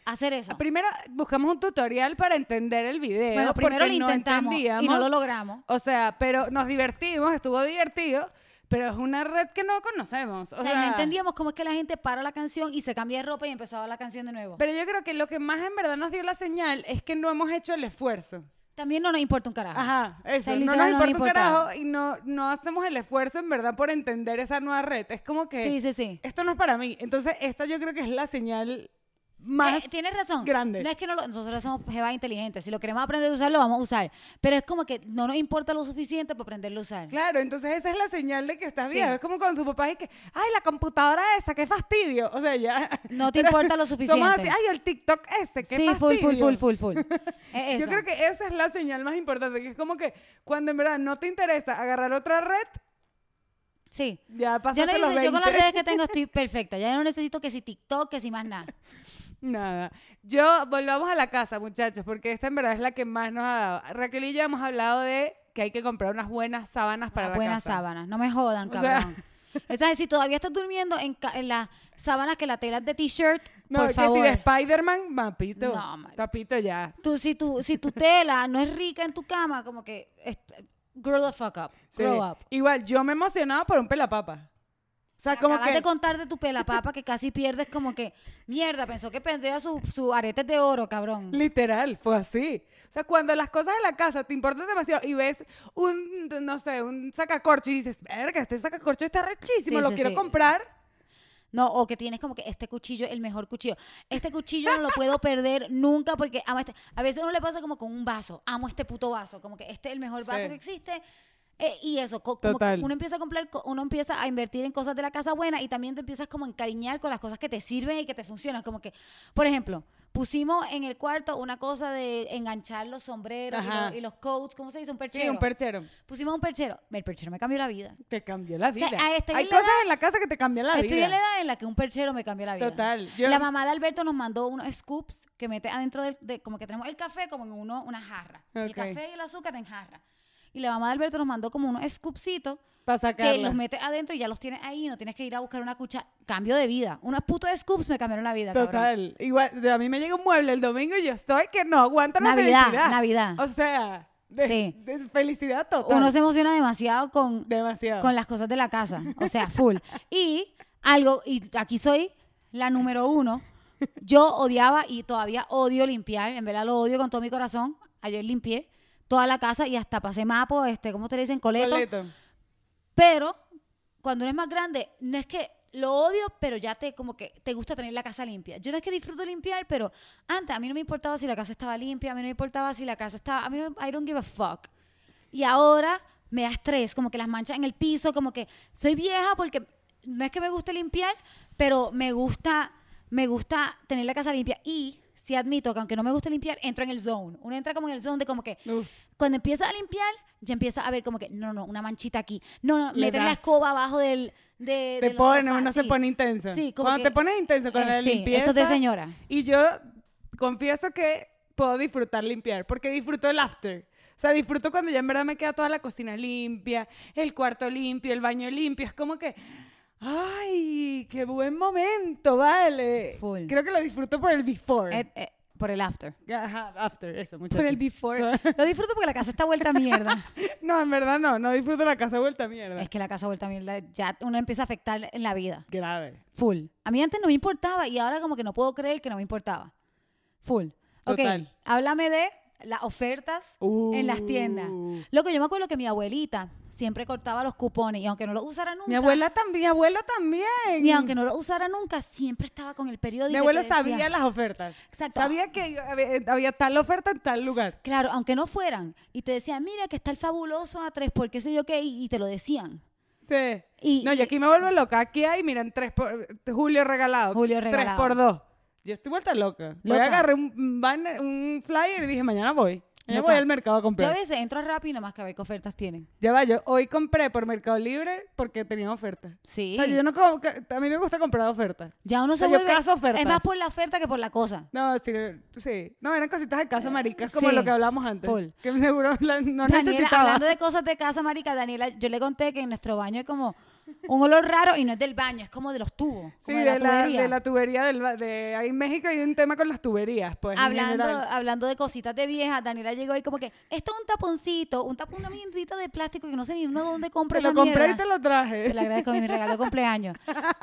Speaker 2: hacer eso.
Speaker 1: Primero buscamos un tutorial para entender el video.
Speaker 2: Bueno, primero lo
Speaker 1: porque no
Speaker 2: intentamos y no
Speaker 1: entendíamos.
Speaker 2: lo logramos.
Speaker 1: O sea, pero nos divertimos, estuvo divertido, pero es una red que no conocemos. O,
Speaker 2: O, sea, no entendíamos cómo es que la gente para la canción y se cambia de ropa y empezaba la canción de nuevo.
Speaker 1: Pero yo creo que lo que más en verdad nos dio la señal es que no hemos hecho el esfuerzo.
Speaker 2: También no nos importa un carajo.
Speaker 1: Ajá, eso.
Speaker 2: Ah. sea,
Speaker 1: no
Speaker 2: literal,
Speaker 1: nos
Speaker 2: no
Speaker 1: importa
Speaker 2: nos
Speaker 1: un
Speaker 2: importa.
Speaker 1: carajo y no, no hacemos el esfuerzo en verdad por entender esa nueva red. Es como que
Speaker 2: Sí, sí, sí.
Speaker 1: esto no es para mí. Entonces, esta yo creo que es la señal más.
Speaker 2: Eh, tienes razón.
Speaker 1: grande.
Speaker 2: No es que no lo, nosotros somos jeva inteligentes. Si lo queremos aprender a usar, lo vamos a usar. Pero es como que no nos importa lo suficiente para aprenderlo a usar.
Speaker 1: Claro, entonces esa es la señal de que estás
Speaker 2: Sí.
Speaker 1: bien. Es como cuando tu papá dice que, ay, la computadora esa, qué fastidio. O sea, ya.
Speaker 2: No te
Speaker 1: Pero
Speaker 2: importa lo
Speaker 1: Somos
Speaker 2: suficiente.
Speaker 1: así, ay, el TikTok ese, qué
Speaker 2: sí,
Speaker 1: fastidio.
Speaker 2: full, full, full, full, full. Es
Speaker 1: Yo
Speaker 2: eso.
Speaker 1: creo que esa es la señal más importante, que es como que cuando en verdad no te interesa agarrar otra red,
Speaker 2: Sí.
Speaker 1: ya
Speaker 2: Yo,
Speaker 1: pasaste
Speaker 2: no
Speaker 1: los
Speaker 2: necesito-
Speaker 1: 20.
Speaker 2: yo con las redes que tengo estoy perfecta. Ya no necesito que si TikTok, que si más nada.
Speaker 1: Nada. Yo, volvamos a la casa, muchachos, porque esta en verdad es la que más nos ha dado. Raquel y yo hemos hablado de que hay que comprar unas buenas sábanas para la
Speaker 2: buenas
Speaker 1: casa.
Speaker 2: sábanas. No me jodan,
Speaker 1: O sea-
Speaker 2: cabrón. Esa es si todavía estás durmiendo en, ca- en las sábanas que la tela es de t-shirt,
Speaker 1: No,
Speaker 2: por
Speaker 1: que
Speaker 2: favor.
Speaker 1: si de Spider-Man, papito.
Speaker 2: No, marica.
Speaker 1: papito ya.
Speaker 2: tú, si, tu, si tu tela no es rica en tu cama, como que est- grow the fuck up.
Speaker 1: Sí.
Speaker 2: Grow up.
Speaker 1: Igual, yo me emocionaba por un pelapapa. O sea, como
Speaker 2: Acabas
Speaker 1: que...
Speaker 2: de contar de tu pelapapa que casi pierdes como que, mierda, pensó que perdía sus su aretes de oro, cabrón.
Speaker 1: Literal, fue así. O sea, cuando las cosas de la casa te importan demasiado y ves un, no sé, un sacacorcho y dices, verga, este sacacorcho está rechísimo,
Speaker 2: Sí,
Speaker 1: lo
Speaker 2: sí,
Speaker 1: quiero
Speaker 2: sí.
Speaker 1: comprar.
Speaker 2: No, o que tienes como que este cuchillo, el mejor cuchillo. Este cuchillo no lo puedo perder nunca porque amo este. A veces uno le pasa como con un vaso. Amo este puto vaso. Como que este es el mejor vaso
Speaker 1: Sí.
Speaker 2: que existe. Eh, y eso, co- como
Speaker 1: Total.
Speaker 2: que uno empieza a comprar, co- uno empieza a invertir en cosas de la casa buena y también te empiezas como a encariñar con las cosas que te sirven y que te funcionan. Como que, por ejemplo, pusimos en el cuarto una cosa de enganchar los sombreros y
Speaker 1: Ajá.
Speaker 2: los, y los coats, ¿cómo se dice? Un perchero.
Speaker 1: Sí, un perchero.
Speaker 2: Pusimos un perchero. El perchero me cambió la vida.
Speaker 1: Te cambió la vida.
Speaker 2: sea, a esta
Speaker 1: Hay
Speaker 2: yo le
Speaker 1: cosas en la casa que te cambian la
Speaker 2: Estoy
Speaker 1: vida.
Speaker 2: en la edad en la que un perchero me cambió la vida.
Speaker 1: Total, yo-
Speaker 2: La mamá de Alberto nos mandó unos scoops que mete adentro del, de, como que tenemos el café como en uno, una jarra. El
Speaker 1: Ok.
Speaker 2: café y el azúcar en jarra. Y la mamá de Alberto nos mandó como unos scoopsitos
Speaker 1: Para
Speaker 2: que
Speaker 1: sacarla.
Speaker 2: los metes adentro y ya los tienes ahí. No tienes que ir a buscar una cucha. Cambio de vida. Unos putos scoops me cambiaron la vida, cabrón.
Speaker 1: Total. Igual, o sea, a mí me llega un mueble el domingo y yo estoy que no aguanto la
Speaker 2: Navidad,
Speaker 1: felicidad.
Speaker 2: Navidad.
Speaker 1: O sea, de-
Speaker 2: Sí.
Speaker 1: de felicidad total.
Speaker 2: Uno se emociona demasiado con,
Speaker 1: Demasiado.
Speaker 2: con las cosas de la casa. O sea, full. Y algo, y aquí soy la número uno. Yo odiaba y todavía odio limpiar. En verdad lo odio con todo mi corazón. Ayer limpié toda la casa y hasta pasé mapo, este, ¿cómo te le dicen? Coleto.
Speaker 1: Boleto.
Speaker 2: Pero cuando uno es más grande, no es que lo odio, pero ya te como que te gusta tener la casa limpia. Yo no es que disfruto limpiar, pero antes a mí no me importaba si la casa estaba limpia, a mí no me importaba si la casa estaba, a mí no, I don't give a fuck. Y ahora me da estrés, como que las manchas en el piso, como que soy vieja porque no es que me guste limpiar, pero me gusta, me gusta tener la casa limpia y si admito que aunque no me guste limpiar, entro en el zone. Uno entra como en el zone de como que
Speaker 1: Uf.
Speaker 2: cuando empieza a limpiar, ya empieza a ver como que, no, no, una manchita aquí. No, no,
Speaker 1: Le
Speaker 2: meter la
Speaker 1: das.
Speaker 2: escoba abajo del... De,
Speaker 1: Te pone,
Speaker 2: ponen,
Speaker 1: uno se pone intenso.
Speaker 2: Sí, como
Speaker 1: Cuando
Speaker 2: que-
Speaker 1: te pones intenso con
Speaker 2: eh,
Speaker 1: la
Speaker 2: sí,
Speaker 1: limpieza.
Speaker 2: eso es de señora.
Speaker 1: Y yo confieso que puedo disfrutar limpiar, porque disfruto el after. O sea, disfruto cuando ya en verdad me queda toda la cocina limpia, el cuarto limpio, el baño limpio. Es como que, ay, qué buen momento, vale.
Speaker 2: Full.
Speaker 1: Creo que lo disfruto por el before.
Speaker 2: Eh, eh, por el after.
Speaker 1: Ajá, after, eso, muchachos.
Speaker 2: Por el before. Lo disfruto porque la casa está vuelta a mierda.
Speaker 1: No, en verdad no, no disfruto la casa vuelta a mierda.
Speaker 2: es que la casa vuelta a mierda ya uno empieza a afectar en la vida.
Speaker 1: Grave.
Speaker 2: Full. A mí antes no me importaba y ahora como que no puedo creer que no me importaba. Full. Ok,
Speaker 1: Total.
Speaker 2: háblame de las ofertas en las tiendas.
Speaker 1: Uh.
Speaker 2: Loco, yo me acuerdo que mi abuelita siempre cortaba los cupones y aunque no los usara nunca...
Speaker 1: Mi abuela también, mi abuelo también.
Speaker 2: Y aunque no lo usara nunca, siempre estaba con el periódico.
Speaker 1: Mi
Speaker 2: y
Speaker 1: abuelo
Speaker 2: te decía-
Speaker 1: sabía las ofertas.
Speaker 2: Exacto.
Speaker 1: Sabía que había, había tal oferta en tal lugar.
Speaker 2: Claro, aunque no fueran. Y te decía, mira que está el fabuloso A3, por qué sé yo qué, y, y te lo decían.
Speaker 1: Sí.
Speaker 2: Y-
Speaker 1: no,
Speaker 2: y-
Speaker 1: yo aquí me vuelvo loca. Aquí hay, miren, tres por, Julio regalado.
Speaker 2: Julio regalado.
Speaker 1: Tres por dos. Yo estoy vuelta loca. Yo
Speaker 2: Loca.
Speaker 1: agarré un, banner- un flyer y dije, mañana voy. Mañana
Speaker 2: Loca.
Speaker 1: voy al mercado a
Speaker 2: Yo a
Speaker 1: comprar.
Speaker 2: veces entro a Rappi y nomás que a ver qué ofertas tienen.
Speaker 1: Ya va, yo hoy compré por Mercado Libre porque tenían ofertas.
Speaker 2: Sí.
Speaker 1: O sea, yo no como, que- a mí me gusta comprar ofertas.
Speaker 2: Ya uno
Speaker 1: O
Speaker 2: se
Speaker 1: sea, yo
Speaker 2: vuelve...
Speaker 1: cazo ofertas.
Speaker 2: Es más por la oferta que por la cosa.
Speaker 1: No, sí, sí. No, eran cositas de casa maricas como
Speaker 2: Eh, sí.
Speaker 1: lo que hablamos antes.
Speaker 2: Full.
Speaker 1: Que seguro la- no
Speaker 2: Daniela,
Speaker 1: necesitaba.
Speaker 2: hablando de cosas de casa, marica, Daniela, yo le conté que en nuestro baño hay como un olor raro y no es del baño, es como de los tubos. como
Speaker 1: Sí,
Speaker 2: de, la tubería.
Speaker 1: de la tubería del ba- de ahí en México hay un tema con las tuberías, pues. en
Speaker 2: Hablando,
Speaker 1: general.
Speaker 2: hablando de cositas de vieja, Daniela llegó y como que, esto es un taponcito, un tapón, una mierdita de plástico que no sé ni uno dónde compra
Speaker 1: Te lo
Speaker 2: esa
Speaker 1: compré y
Speaker 2: mierda".
Speaker 1: te lo traje.
Speaker 2: Te la agradezco, mi regalo de cumpleaños.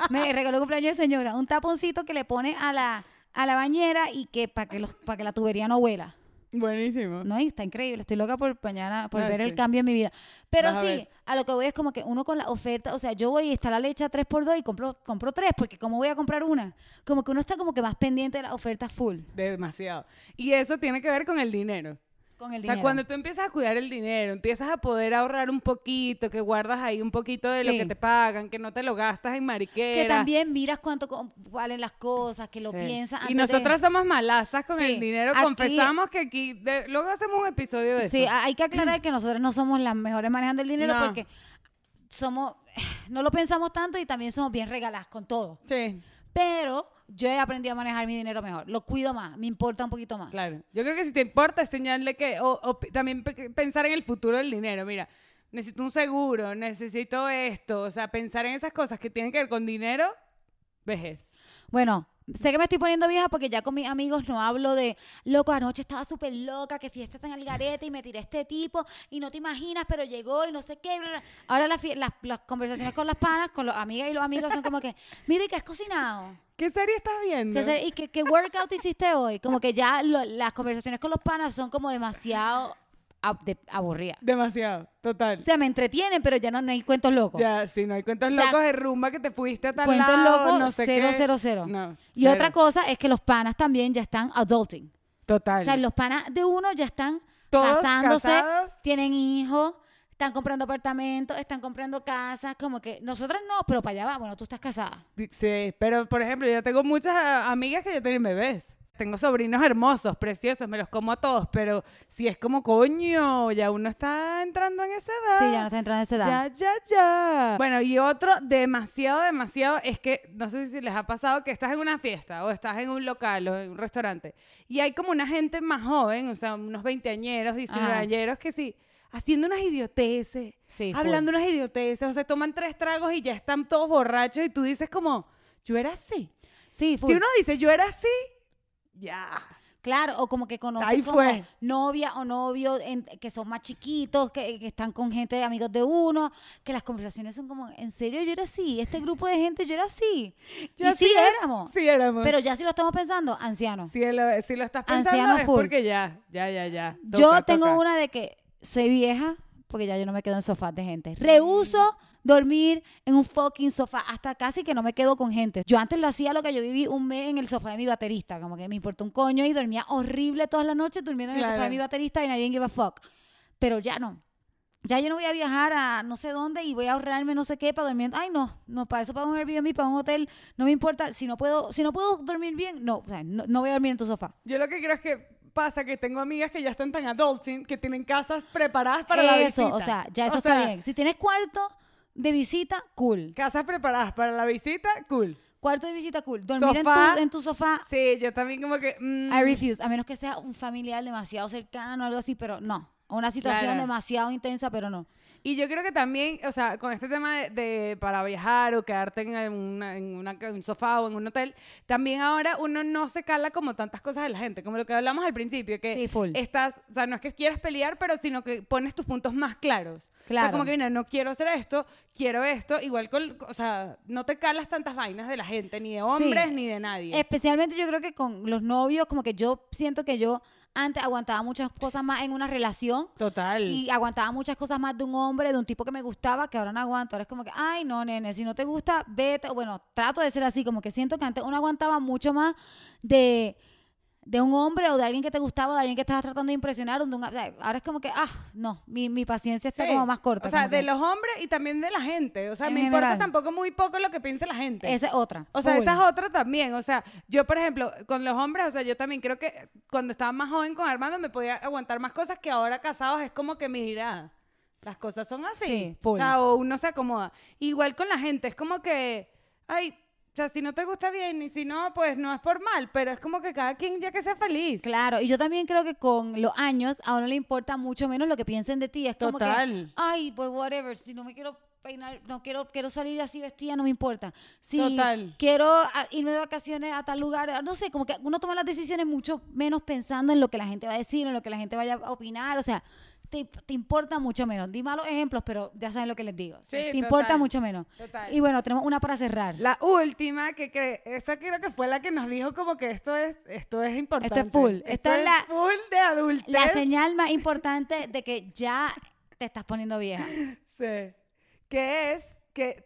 Speaker 2: Me regaló de cumpleaños de señora, un taponcito que le pone a la, a la bañera y que para que, los- pa' que la tubería no huela.
Speaker 1: Buenísimo.
Speaker 2: No, y está increíble. Estoy loca por mañana, por
Speaker 1: Ah,
Speaker 2: ver
Speaker 1: sí.
Speaker 2: el cambio en mi vida. Pero
Speaker 1: Vas a
Speaker 2: sí,
Speaker 1: ver.
Speaker 2: a, lo que voy es como que uno con la oferta, o sea, yo voy y está la leche a 3x2 y compro, compro 3, porque ¿cómo voy a comprar una? Como que uno está como que más pendiente de la oferta full
Speaker 1: Demasiado. Y eso tiene que ver con el dinero.
Speaker 2: con el
Speaker 1: O
Speaker 2: dinero.
Speaker 1: sea, cuando tú empiezas a cuidar el dinero, empiezas a poder ahorrar un poquito, que guardas ahí un poquito de lo
Speaker 2: Sí.
Speaker 1: que te pagan, que no te lo gastas en mariquera.
Speaker 2: que también miras cuánto co- valen las cosas, que lo
Speaker 1: Sí.
Speaker 2: piensas.
Speaker 1: Y
Speaker 2: antes de-
Speaker 1: nosotras somos malazas con
Speaker 2: Sí.
Speaker 1: el dinero.
Speaker 2: Aquí-
Speaker 1: Confesamos que aquí. de- luego hacemos un episodio de
Speaker 2: Sí,
Speaker 1: eso.
Speaker 2: a- hay que aclarar que nosotros no somos las mejores manejando el dinero
Speaker 1: No.
Speaker 2: porque somos, no lo pensamos tanto y también somos bien regaladas con todo.
Speaker 1: Sí,
Speaker 2: Pero yo he aprendido a manejar mi dinero mejor, lo cuido más, me importa un poquito más.
Speaker 1: claro. Yo creo que si te importa, es señal de que. O, o p- también pe- pensar en el futuro del dinero. Mira, necesito un seguro, necesito esto. O sea, pensar en esas cosas que tienen que ver con dinero, vejez.
Speaker 2: Bueno, sé que me estoy poniendo vieja porque ya con mis amigos no hablo de, loco, anoche estaba súper loca, que fiesta está en el garete y me tiré a este tipo y no te imaginas, pero llegó y no sé qué. bla, bla. Ahora las, fie- las, las conversaciones con las panas, con las amigas y los amigos son como que, mire, ¿qué has cocinado?
Speaker 1: ¿Qué serie estás viendo?
Speaker 2: ¿Qué hacer? ¿Y qué, qué workout hiciste hoy? Como que ya lo- las conversaciones con los panas son como demasiado ab- de- aburridas.
Speaker 1: Demasiado, total.
Speaker 2: O sea, me entretienen, pero ya no, no hay cuentos locos.
Speaker 1: Ya, si no hay cuentos
Speaker 2: O sea,
Speaker 1: locos de rumba que te fuiste a tal
Speaker 2: cuentos
Speaker 1: lado,
Speaker 2: locos,
Speaker 1: no sé
Speaker 2: cero,
Speaker 1: qué.
Speaker 2: cero, cero.
Speaker 1: No,
Speaker 2: y
Speaker 1: cero.
Speaker 2: otra cosa es que los panas también ya están adulting.
Speaker 1: Total.
Speaker 2: O sea, los panas de uno ya están
Speaker 1: Todos
Speaker 2: casándose,
Speaker 1: casados.
Speaker 2: tienen hijos, están comprando apartamentos, están comprando casas, como que nosotras no, pero para allá va, bueno, tú estás casada.
Speaker 1: Sí, pero por ejemplo, yo tengo muchas ah, amigas que ya tienen bebés. Tengo sobrinos hermosos, preciosos, me los como a todos, pero si es como coño, ya uno está entrando en esa edad.
Speaker 2: Sí, ya no está entrando en esa edad.
Speaker 1: Ah, Ya, ya, ya. Bueno, y otro demasiado, demasiado es que no sé si les ha pasado que estás en una fiesta o estás en un local o en un restaurante y hay como una gente más joven, o sea, unos veinteañeros, diecinueveañeros que sí, haciendo unas idioteces,
Speaker 2: Sí, full.
Speaker 1: hablando unas idioteces, o sea, toman tres tragos y ya están todos borrachos y tú dices como, yo era así.
Speaker 2: Sí, full.
Speaker 1: Si uno dice, yo era así, ya.
Speaker 2: Claro, o como que conoces
Speaker 1: Ahí
Speaker 2: como
Speaker 1: fue.
Speaker 2: novia o novio en- que son más chiquitos, que, que están con gente de amigos de uno, que las conversaciones son como, ¿en serio yo era así? Este grupo de gente yo era así.
Speaker 1: Yo
Speaker 2: y
Speaker 1: así
Speaker 2: sí
Speaker 1: era-
Speaker 2: éramos.
Speaker 1: Sí éramos.
Speaker 2: Pero ya si lo estamos pensando, anciano.
Speaker 1: si lo, si lo estás pensando
Speaker 2: Anciano
Speaker 1: es
Speaker 2: full.
Speaker 1: porque ya, ya, ya, ya.
Speaker 2: yo
Speaker 1: Toca,
Speaker 2: tengo
Speaker 1: toca.
Speaker 2: una de que soy vieja, porque ya yo no me quedo en sofás de gente. Rehuso dormir en un fucking sofá, hasta casi que no me quedo con gente. Yo antes lo hacía lo que yo viví un mes en el sofá de mi baterista, como que me importó un coño y dormía horrible todas las noches durmiendo en el sofá de
Speaker 1: Claro.
Speaker 2: mi baterista y nadie give a fuck. Pero ya no. Ya yo no voy a viajar a no sé dónde y voy a ahorrarme no sé qué para dormir. Ay, no, no, para eso pago un Airbnb, para un hotel, no me importa. Si no puedo, si no puedo dormir bien, no, o sea, no, no voy a dormir en tu sofá.
Speaker 1: Yo lo que creo es que pasa que tengo amigas que ya están tan adulting que tienen casas preparadas para la
Speaker 2: eso,
Speaker 1: visita.
Speaker 2: o sea, ya eso
Speaker 1: O
Speaker 2: está
Speaker 1: sea,
Speaker 2: bien. Si tienes cuarto de visita, cool.
Speaker 1: Casas preparadas para la visita, cool.
Speaker 2: Cuarto de visita, cool. Dormir en
Speaker 1: Sofá.
Speaker 2: tu, en tu sofá,
Speaker 1: Sí, yo también como que... mm,
Speaker 2: I refuse. A menos que sea un familiar demasiado cercano o algo así, pero no. Una situación
Speaker 1: Claro.
Speaker 2: demasiado intensa, pero no.
Speaker 1: y yo creo que también, o sea, con este tema de, de para viajar o quedarte en, una- en una- en un sofá o en un hotel, también ahora uno no se cala como tantas cosas de la gente, como lo que hablamos al principio, que
Speaker 2: Sí, full.
Speaker 1: estás, o sea, no es que quieras pelear, pero sino que pones tus puntos más claros. O sea,
Speaker 2: Claro.
Speaker 1: como que, mira, no quiero hacer esto, quiero esto, igual con, o sea, no te calas tantas vainas de la gente, ni de hombres, ni de nadie.
Speaker 2: Especialmente yo creo que con los novios, como que yo siento que yo antes aguantaba muchas cosas más en una relación
Speaker 1: Total.
Speaker 2: y aguantaba muchas cosas más de un hombre, de un tipo que me gustaba, que ahora no aguanto. Ahora es como que, ay, no, nene, si no te gusta, vete. O Bueno, trato de ser así, como que siento que antes uno aguantaba mucho más de, de un hombre o de alguien que te gustaba, o de alguien que estabas tratando de impresionar. o de un- o sea, ahora es como que, ah, no, mi, mi paciencia está
Speaker 1: Sí.
Speaker 2: como más corta.
Speaker 1: O sea,
Speaker 2: como que-
Speaker 1: de los hombres y también de la gente. O sea,
Speaker 2: En
Speaker 1: me importa
Speaker 2: general.
Speaker 1: tampoco muy poco lo que piense la gente.
Speaker 2: Esa es otra.
Speaker 1: O sea,
Speaker 2: full.
Speaker 1: esa es otra también. O sea, yo, por ejemplo, con los hombres, o sea, yo también creo que cuando estaba más joven con Armando me podía aguantar más cosas que ahora casados es como que mira, las cosas son así.
Speaker 2: Sí,
Speaker 1: o
Speaker 2: full.
Speaker 1: sea, o uno se acomoda. Igual con la gente, es como que, ay, o sea, si no te gusta bien y si no, pues no es por mal, pero es como que cada quien ya que sea feliz.
Speaker 2: Claro, y yo también creo que con los años a uno le importa mucho menos lo que piensen de ti. Es como
Speaker 1: Total.
Speaker 2: que, ay, pues whatever, si no me quiero peinar, no quiero, quiero salir así vestida, no me importa. Si
Speaker 1: Total.
Speaker 2: quiero a- irme de vacaciones a tal lugar, ah, no sé, como que uno toma las decisiones mucho menos pensando en lo que la gente va a decir, en lo que la gente vaya a opinar, o sea, te, te importa mucho menos. Di malos ejemplos, pero ya saben lo que les digo.
Speaker 1: Sí,
Speaker 2: te
Speaker 1: total.
Speaker 2: importa mucho menos.
Speaker 1: Total.
Speaker 2: Y bueno, tenemos una para cerrar.
Speaker 1: La última, que cre- esa creo que fue la que nos dijo como que esto es, esto es importante.
Speaker 2: full.
Speaker 1: Esto
Speaker 2: Esta es
Speaker 1: es
Speaker 2: la-
Speaker 1: full de adultez.
Speaker 2: la señal más importante de que ya te estás poniendo vieja.
Speaker 1: Sí. Que es que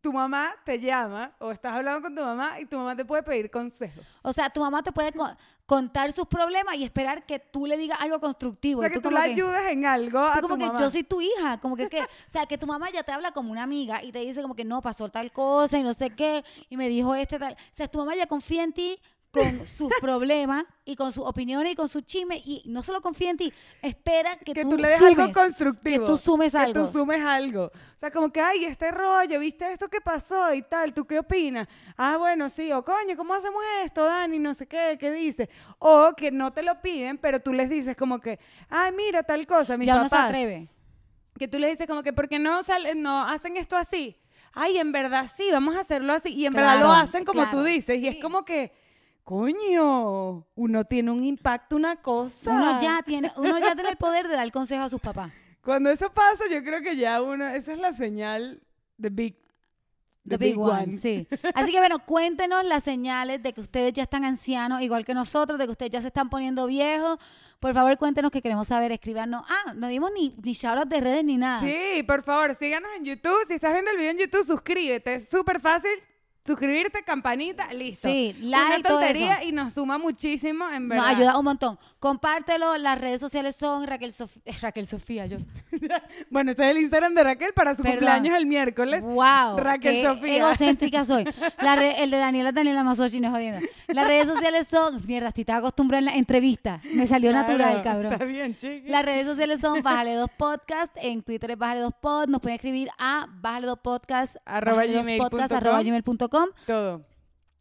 Speaker 1: tu mamá te llama o estás hablando con tu mamá y tu mamá te puede pedir consejos.
Speaker 2: O sea, tu mamá te puede co- contar sus problemas y esperar que tú le digas algo constructivo.
Speaker 1: o sea, que tú
Speaker 2: como
Speaker 1: la
Speaker 2: que-
Speaker 1: ayudes en algo
Speaker 2: tú
Speaker 1: a tu
Speaker 2: como que
Speaker 1: mamá.
Speaker 2: yo soy tu hija, como que, que, o sea, que tu mamá ya te habla como una amiga y te dice como que no, pasó tal cosa y no sé qué, y me dijo este tal. O sea, tu mamá ya confía en ti con sus problemas y con sus opiniones y con sus chismes y no solo confía en ti, espera que,
Speaker 1: que, tú, le des algo
Speaker 2: sumes,
Speaker 1: constructivo.
Speaker 2: que tú sumes algo.
Speaker 1: Que tú sumes algo. O sea, como que, ay, este rollo, ¿viste esto que pasó y tal? ¿Tú qué opinas? Ah, bueno, sí, o coño, ¿cómo hacemos esto, Dani? No sé qué, ¿qué dices? O que no te lo piden, pero tú les dices como que, ay, mira, tal cosa, mis
Speaker 2: ya no se
Speaker 1: papás.
Speaker 2: atreve.
Speaker 1: que tú le dices como que, ¿por qué no, salen, no hacen esto así? Ay, en verdad sí, vamos a hacerlo así. Y en verdad lo
Speaker 2: Claro,
Speaker 1: hacen como tú
Speaker 2: claro.
Speaker 1: dices. Y es
Speaker 2: Sí.
Speaker 1: como que, coño, uno tiene un impacto, una cosa.
Speaker 2: Uno ya tiene, uno ya tiene el poder de dar consejo a sus papás.
Speaker 1: Cuando eso pasa, yo creo que ya uno, esa es la señal de big,
Speaker 2: The, big, one, sí. Así que bueno, cuéntenos las señales de que ustedes ya están ancianos, igual que nosotros, de que ustedes ya se están poniendo viejos. Por favor, cuéntenos que queremos saber, escribanos. Ah, no dimos ni, ni shoutouts de redes ni nada.
Speaker 1: Sí, por favor, síganos en YouTube. Si estás viendo el video en YouTube, suscríbete. Es súper fácil. Suscribirte, campanita, listo.
Speaker 2: Sí, like,
Speaker 1: Una
Speaker 2: todo
Speaker 1: tontería
Speaker 2: eso.
Speaker 1: y nos suma muchísimo, en
Speaker 2: Nos
Speaker 1: verdad.
Speaker 2: ayuda un montón. Compártelo, las redes sociales son Raquel, Sof- eh, Raquel Sofía, yo.
Speaker 1: Bueno, este es el Instagram de Raquel para su
Speaker 2: Perdón.
Speaker 1: cumpleaños el miércoles.
Speaker 2: Wow.
Speaker 1: Raquel
Speaker 2: qué
Speaker 1: Sofía.
Speaker 2: Egocéntrica soy. La re- el de Daniela Daniela Masochi, no es jodiendo. Las redes sociales son, mierda, estoy tan acostumbrada en la entrevista. Me salió
Speaker 1: Claro,
Speaker 2: natural, cabrón.
Speaker 1: Está bien, chiqui.
Speaker 2: Las redes sociales son Bájale 2 Podcast, en Twitter es Bájale 2 Pod, nos pueden escribir a Bájale 2 Podcast,
Speaker 1: Arroba
Speaker 2: bájale dos
Speaker 1: gmail punto
Speaker 2: podcast,
Speaker 1: com.
Speaker 2: arroba gmail.com.
Speaker 1: Todo.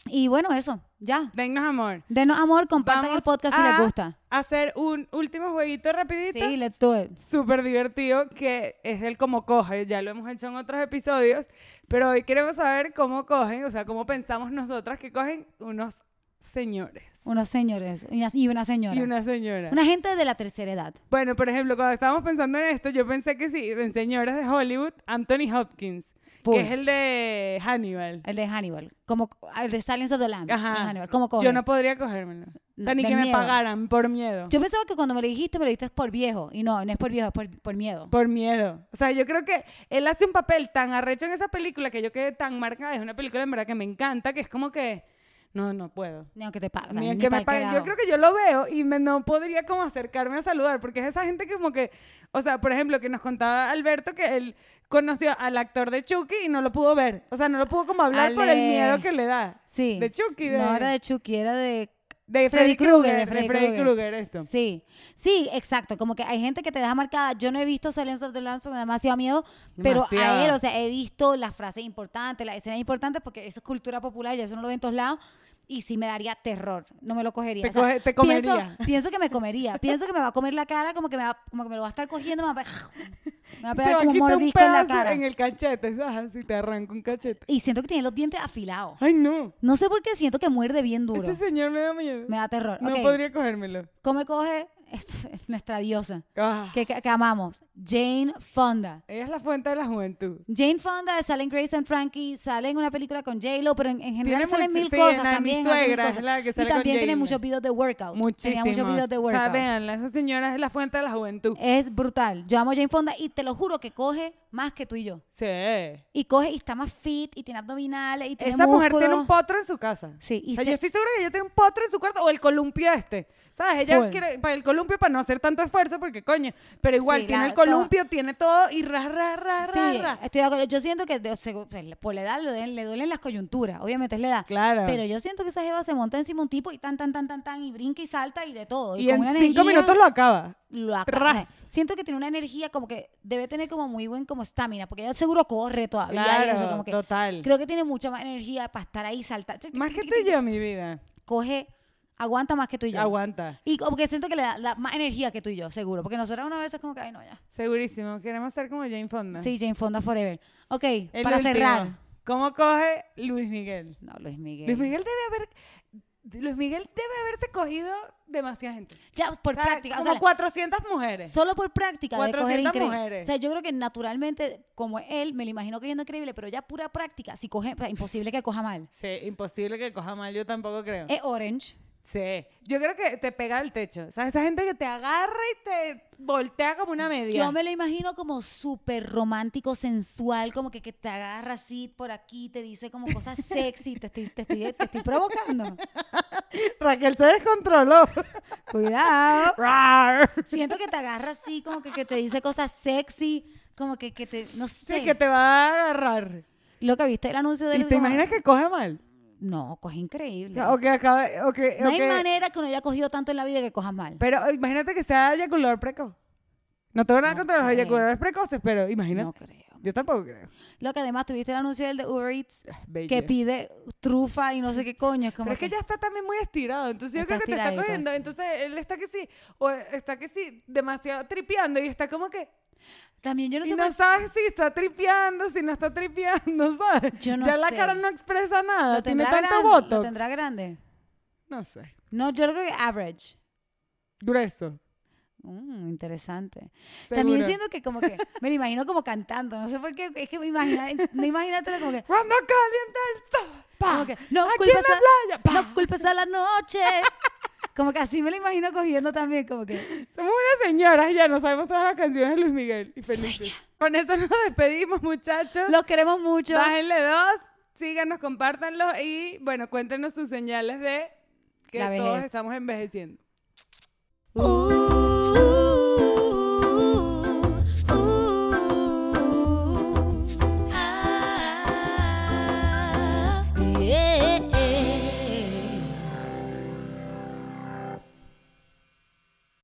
Speaker 2: Y bueno, eso, ya.
Speaker 1: Dennos amor.
Speaker 2: Denos amor, compartan el podcast si
Speaker 1: a
Speaker 2: les gusta.
Speaker 1: hacer un último jueguito rapidito.
Speaker 2: Sí, let's do it.
Speaker 1: Súper divertido, que es el cómo coge. Ya lo hemos hecho en otros episodios, pero hoy queremos saber cómo cogen, o sea, cómo pensamos nosotras que cogen unos señores
Speaker 2: Unos señores y una, y una señora.
Speaker 1: y
Speaker 2: una...
Speaker 1: una señora.
Speaker 2: gente de la tercera edad.
Speaker 1: Bueno, por ejemplo, cuando estábamos pensando en esto, yo pensé que sí, en señoras de Hollywood, Anthony Hopkins,
Speaker 2: Full.
Speaker 1: que es el de Hannibal.
Speaker 2: El de Hannibal. Como el de Silence of the Lambs.
Speaker 1: Ajá.
Speaker 2: de Hannibal. Como coge.
Speaker 1: Yo no podría cogérmelo. O sea,
Speaker 2: N-
Speaker 1: ni
Speaker 2: del
Speaker 1: que me
Speaker 2: miedo.
Speaker 1: pagaran por miedo.
Speaker 2: Yo pensaba que cuando me lo dijiste, me lo dijiste por viejo. Y no, no es por viejo, es por, por miedo.
Speaker 1: Por miedo. O sea, yo creo que él hace un papel tan arrecho en esa película que yo quedé tan marcada. Es una película en verdad que me encanta, que es como que no, no puedo.
Speaker 2: Ni aunque te pague.
Speaker 1: Ni el que me paguen. Yo creo que yo lo veo y me- no podría como acercarme a saludar, porque es esa gente que como que, o sea, por ejemplo, que nos contaba Alberto que él conoció al actor de Chucky y no lo pudo ver. O sea, no lo pudo como hablar por el
Speaker 2: Ale.
Speaker 1: miedo que le da.
Speaker 2: Sí.
Speaker 1: De Chucky. De,
Speaker 2: No era de Chucky, era de
Speaker 1: de Freddy
Speaker 2: Freddy Krueger,
Speaker 1: Krueger.
Speaker 2: de
Speaker 1: De
Speaker 2: Freddy
Speaker 1: Freddy
Speaker 2: Krueger.
Speaker 1: Krueger, eso.
Speaker 2: Sí, sí, exacto. Como que hay gente que te deja marcada. Yo no he visto Silence of the Lambs porque me da demasiado miedo, pero
Speaker 1: Demasiado.
Speaker 2: a él, o sea, he visto las frases importantes, las escenas importantes, porque eso es cultura popular y eso no lo ven en todos lados. Y sí me daría terror, no me lo cogería.
Speaker 1: Te
Speaker 2: O sea,
Speaker 1: coge- te
Speaker 2: pienso-
Speaker 1: comería.
Speaker 2: Pienso, que me comería, pienso que me va a comer la cara, como que me va, como que me lo va a estar cogiendo, me va a, pe- me va a
Speaker 1: Te
Speaker 2: pegar
Speaker 1: va a
Speaker 2: como
Speaker 1: quitar
Speaker 2: un
Speaker 1: un
Speaker 2: mordisco en la
Speaker 1: pedazo
Speaker 2: cara.
Speaker 1: en el cachete, ¿sabes? Si te arranca un cachete.
Speaker 2: Y siento que tiene los dientes afilados.
Speaker 1: Ay, no.
Speaker 2: No sé por qué siento que muerde bien duro.
Speaker 1: Ese señor me da miedo.
Speaker 2: Me da terror.
Speaker 1: No
Speaker 2: Ok,
Speaker 1: podría cogérmelo.
Speaker 2: ¿Cómo me coge nuestra diosa?
Speaker 1: Ah,
Speaker 2: que, que- que amamos. Jane Fonda.
Speaker 1: Ella es la fuente de la juventud.
Speaker 2: Jane Fonda sale en Grace and Frankie, sale en una película con J-Lo, pero en, en general
Speaker 1: Tiene
Speaker 2: salen
Speaker 1: mucho-
Speaker 2: mil
Speaker 1: sí, la
Speaker 2: cosas
Speaker 1: de mi
Speaker 2: también. hace mil
Speaker 1: suegra es
Speaker 2: cosas.
Speaker 1: la que sale
Speaker 2: y
Speaker 1: con
Speaker 2: también tiene
Speaker 1: J-Lo.
Speaker 2: muchos videos de workout. Tenía
Speaker 1: Muchísimos.
Speaker 2: muchos videos de
Speaker 1: O sea,
Speaker 2: workout. Eh,
Speaker 1: véanla, esa señora es la fuente de la juventud.
Speaker 2: Es brutal. Yo amo a Jane Fonda y te lo juro que coge más que tú y yo.
Speaker 1: Sí.
Speaker 2: Y coge y está más fit y tiene abdominales y tiene
Speaker 1: Esa mujer
Speaker 2: músculo.
Speaker 1: tiene un potro en su casa.
Speaker 2: Sí, y
Speaker 1: O sea,
Speaker 2: se-
Speaker 1: yo estoy segura que ella tiene un potro en su cuarto o el columpio este. ¿Sabes? Ella
Speaker 2: Full.
Speaker 1: quiere para el columpio para no hacer tanto esfuerzo porque coño, pero igual
Speaker 2: Sí,
Speaker 1: tiene
Speaker 2: la-
Speaker 1: el columpio, tiene todo y ra ra ra ra.
Speaker 2: Sí, eh,
Speaker 1: ra.
Speaker 2: estoy de acuerdo. Yo siento que de- o sea, por la edad le duelen, le duelen las coyunturas. Obviamente es la edad.
Speaker 1: Claro.
Speaker 2: Pero yo siento que esa jeva se monta encima de un tipo y tan, tan, tan, tan, tan, y brinca y salta y de todo.
Speaker 1: y
Speaker 2: con
Speaker 1: en
Speaker 2: una
Speaker 1: cinco
Speaker 2: energía,
Speaker 1: minutos lo acaba.
Speaker 2: lo acaba.
Speaker 1: ras.
Speaker 2: O sea, Siento que tiene una energía como que debe tener como muy buen como estamina, porque ella seguro corre todavía. y
Speaker 1: Claro,
Speaker 2: eso, como que
Speaker 1: total.
Speaker 2: Creo que este tiene mucha más energía para estar ahí saltando.
Speaker 1: Más que tú y yo, mi vida.
Speaker 2: Coge Aguanta más que tú y yo.
Speaker 1: Aguanta.
Speaker 2: Y como que siento que le da, da más energía que tú y yo, seguro. Porque nosotras una vez es como que, ay, no, ya.
Speaker 1: Segurísimo. Queremos ser como Jane Fonda.
Speaker 2: Sí, Jane Fonda Forever. Ok,
Speaker 1: El
Speaker 2: para
Speaker 1: último.
Speaker 2: cerrar.
Speaker 1: ¿Cómo coge Luis Miguel?
Speaker 2: No, Luis Miguel.
Speaker 1: Luis Miguel debe haber. Luis Miguel debe haberse cogido demasiada gente.
Speaker 2: Ya, por
Speaker 1: O sea,
Speaker 2: práctica. O
Speaker 1: Como
Speaker 2: sea,
Speaker 1: 400 mujeres.
Speaker 2: solo por práctica de coger
Speaker 1: 400
Speaker 2: increíble.
Speaker 1: mujeres.
Speaker 2: O sea, yo creo que naturalmente, como él, me lo imagino cogiendo increíble, pero ya pura práctica, si coge, o sea, imposible que coja mal.
Speaker 1: Sí, imposible que coja mal, yo tampoco creo.
Speaker 2: Es Orange.
Speaker 1: Sí, yo creo que te pega al techo. O sea, esa gente que te agarra y te voltea como una media.
Speaker 2: Yo me lo imagino como súper romántico, sensual, como que, que te agarra así por aquí, te dice como cosas sexy, te estoy, te estoy, te estoy provocando.
Speaker 1: Raquel se descontroló.
Speaker 2: Cuidado.
Speaker 1: Rar.
Speaker 2: Siento que te agarra así, como que, que te dice cosas sexy, como que, que te, no sé.
Speaker 1: Sí, que te va a agarrar.
Speaker 2: Lo que viste el anuncio de
Speaker 1: ¿Y
Speaker 2: él,
Speaker 1: te
Speaker 2: como-
Speaker 1: imaginas Ah, que coge mal?
Speaker 2: No, coge increíble.
Speaker 1: O que acaba... O que,
Speaker 2: No
Speaker 1: o
Speaker 2: hay
Speaker 1: que-
Speaker 2: manera que uno haya cogido tanto en la vida que cojas mal.
Speaker 1: Pero imagínate que sea eyaculador precoz. No tengo nada
Speaker 2: No
Speaker 1: contra los
Speaker 2: creo.
Speaker 1: eyaculadores precoces, pero imagínate.
Speaker 2: No creo.
Speaker 1: Yo tampoco creo.
Speaker 2: Lo que además tuviste el anuncio del de Uber Eats
Speaker 1: Bella.
Speaker 2: que pide trufa y no sé qué coño. Es como
Speaker 1: Pero es que
Speaker 2: que-
Speaker 1: ya está también muy estirado, entonces yo
Speaker 2: Está
Speaker 1: creo que te está
Speaker 2: estiradito,
Speaker 1: cogiendo,
Speaker 2: sí.
Speaker 1: entonces él está que sí, o está que sí, demasiado tripeando y está como que,
Speaker 2: También yo no
Speaker 1: y
Speaker 2: sé
Speaker 1: no
Speaker 2: por-
Speaker 1: sabes si está tripeando, si no está tripeando, ¿sabes?
Speaker 2: Yo no
Speaker 1: ya la
Speaker 2: sé.
Speaker 1: cara no expresa
Speaker 2: ¿Lo
Speaker 1: nada, tiene
Speaker 2: tendrá,
Speaker 1: tanto
Speaker 2: grande? ¿Lo
Speaker 1: botox.
Speaker 2: tendrá grande?
Speaker 1: No sé,
Speaker 2: No, yo creo que average.
Speaker 1: grueso.
Speaker 2: Mm, interesante.
Speaker 1: seguro.
Speaker 2: También siento que como que me lo imagino como cantando, no sé por qué, es que me imagina, no imagínatelo como que,
Speaker 1: Cuando calienta el sol, pa,
Speaker 2: como que, no
Speaker 1: aquí en
Speaker 2: culpes
Speaker 1: la
Speaker 2: a,
Speaker 1: playa, pa,
Speaker 2: no culpes a la noche. Como que así me lo imagino cogiendo también, como que
Speaker 1: Somos unas señoras ya, nos sabemos todas las canciones de Luis Miguel. Y felices. Con eso nos despedimos, muchachos.
Speaker 2: los queremos mucho.
Speaker 1: Bájenle dos, síganos, compártanlo y bueno, cuéntenos sus señales de que
Speaker 2: La
Speaker 1: todos
Speaker 2: vejez.
Speaker 1: estamos envejeciendo.
Speaker 2: Uh. Ah,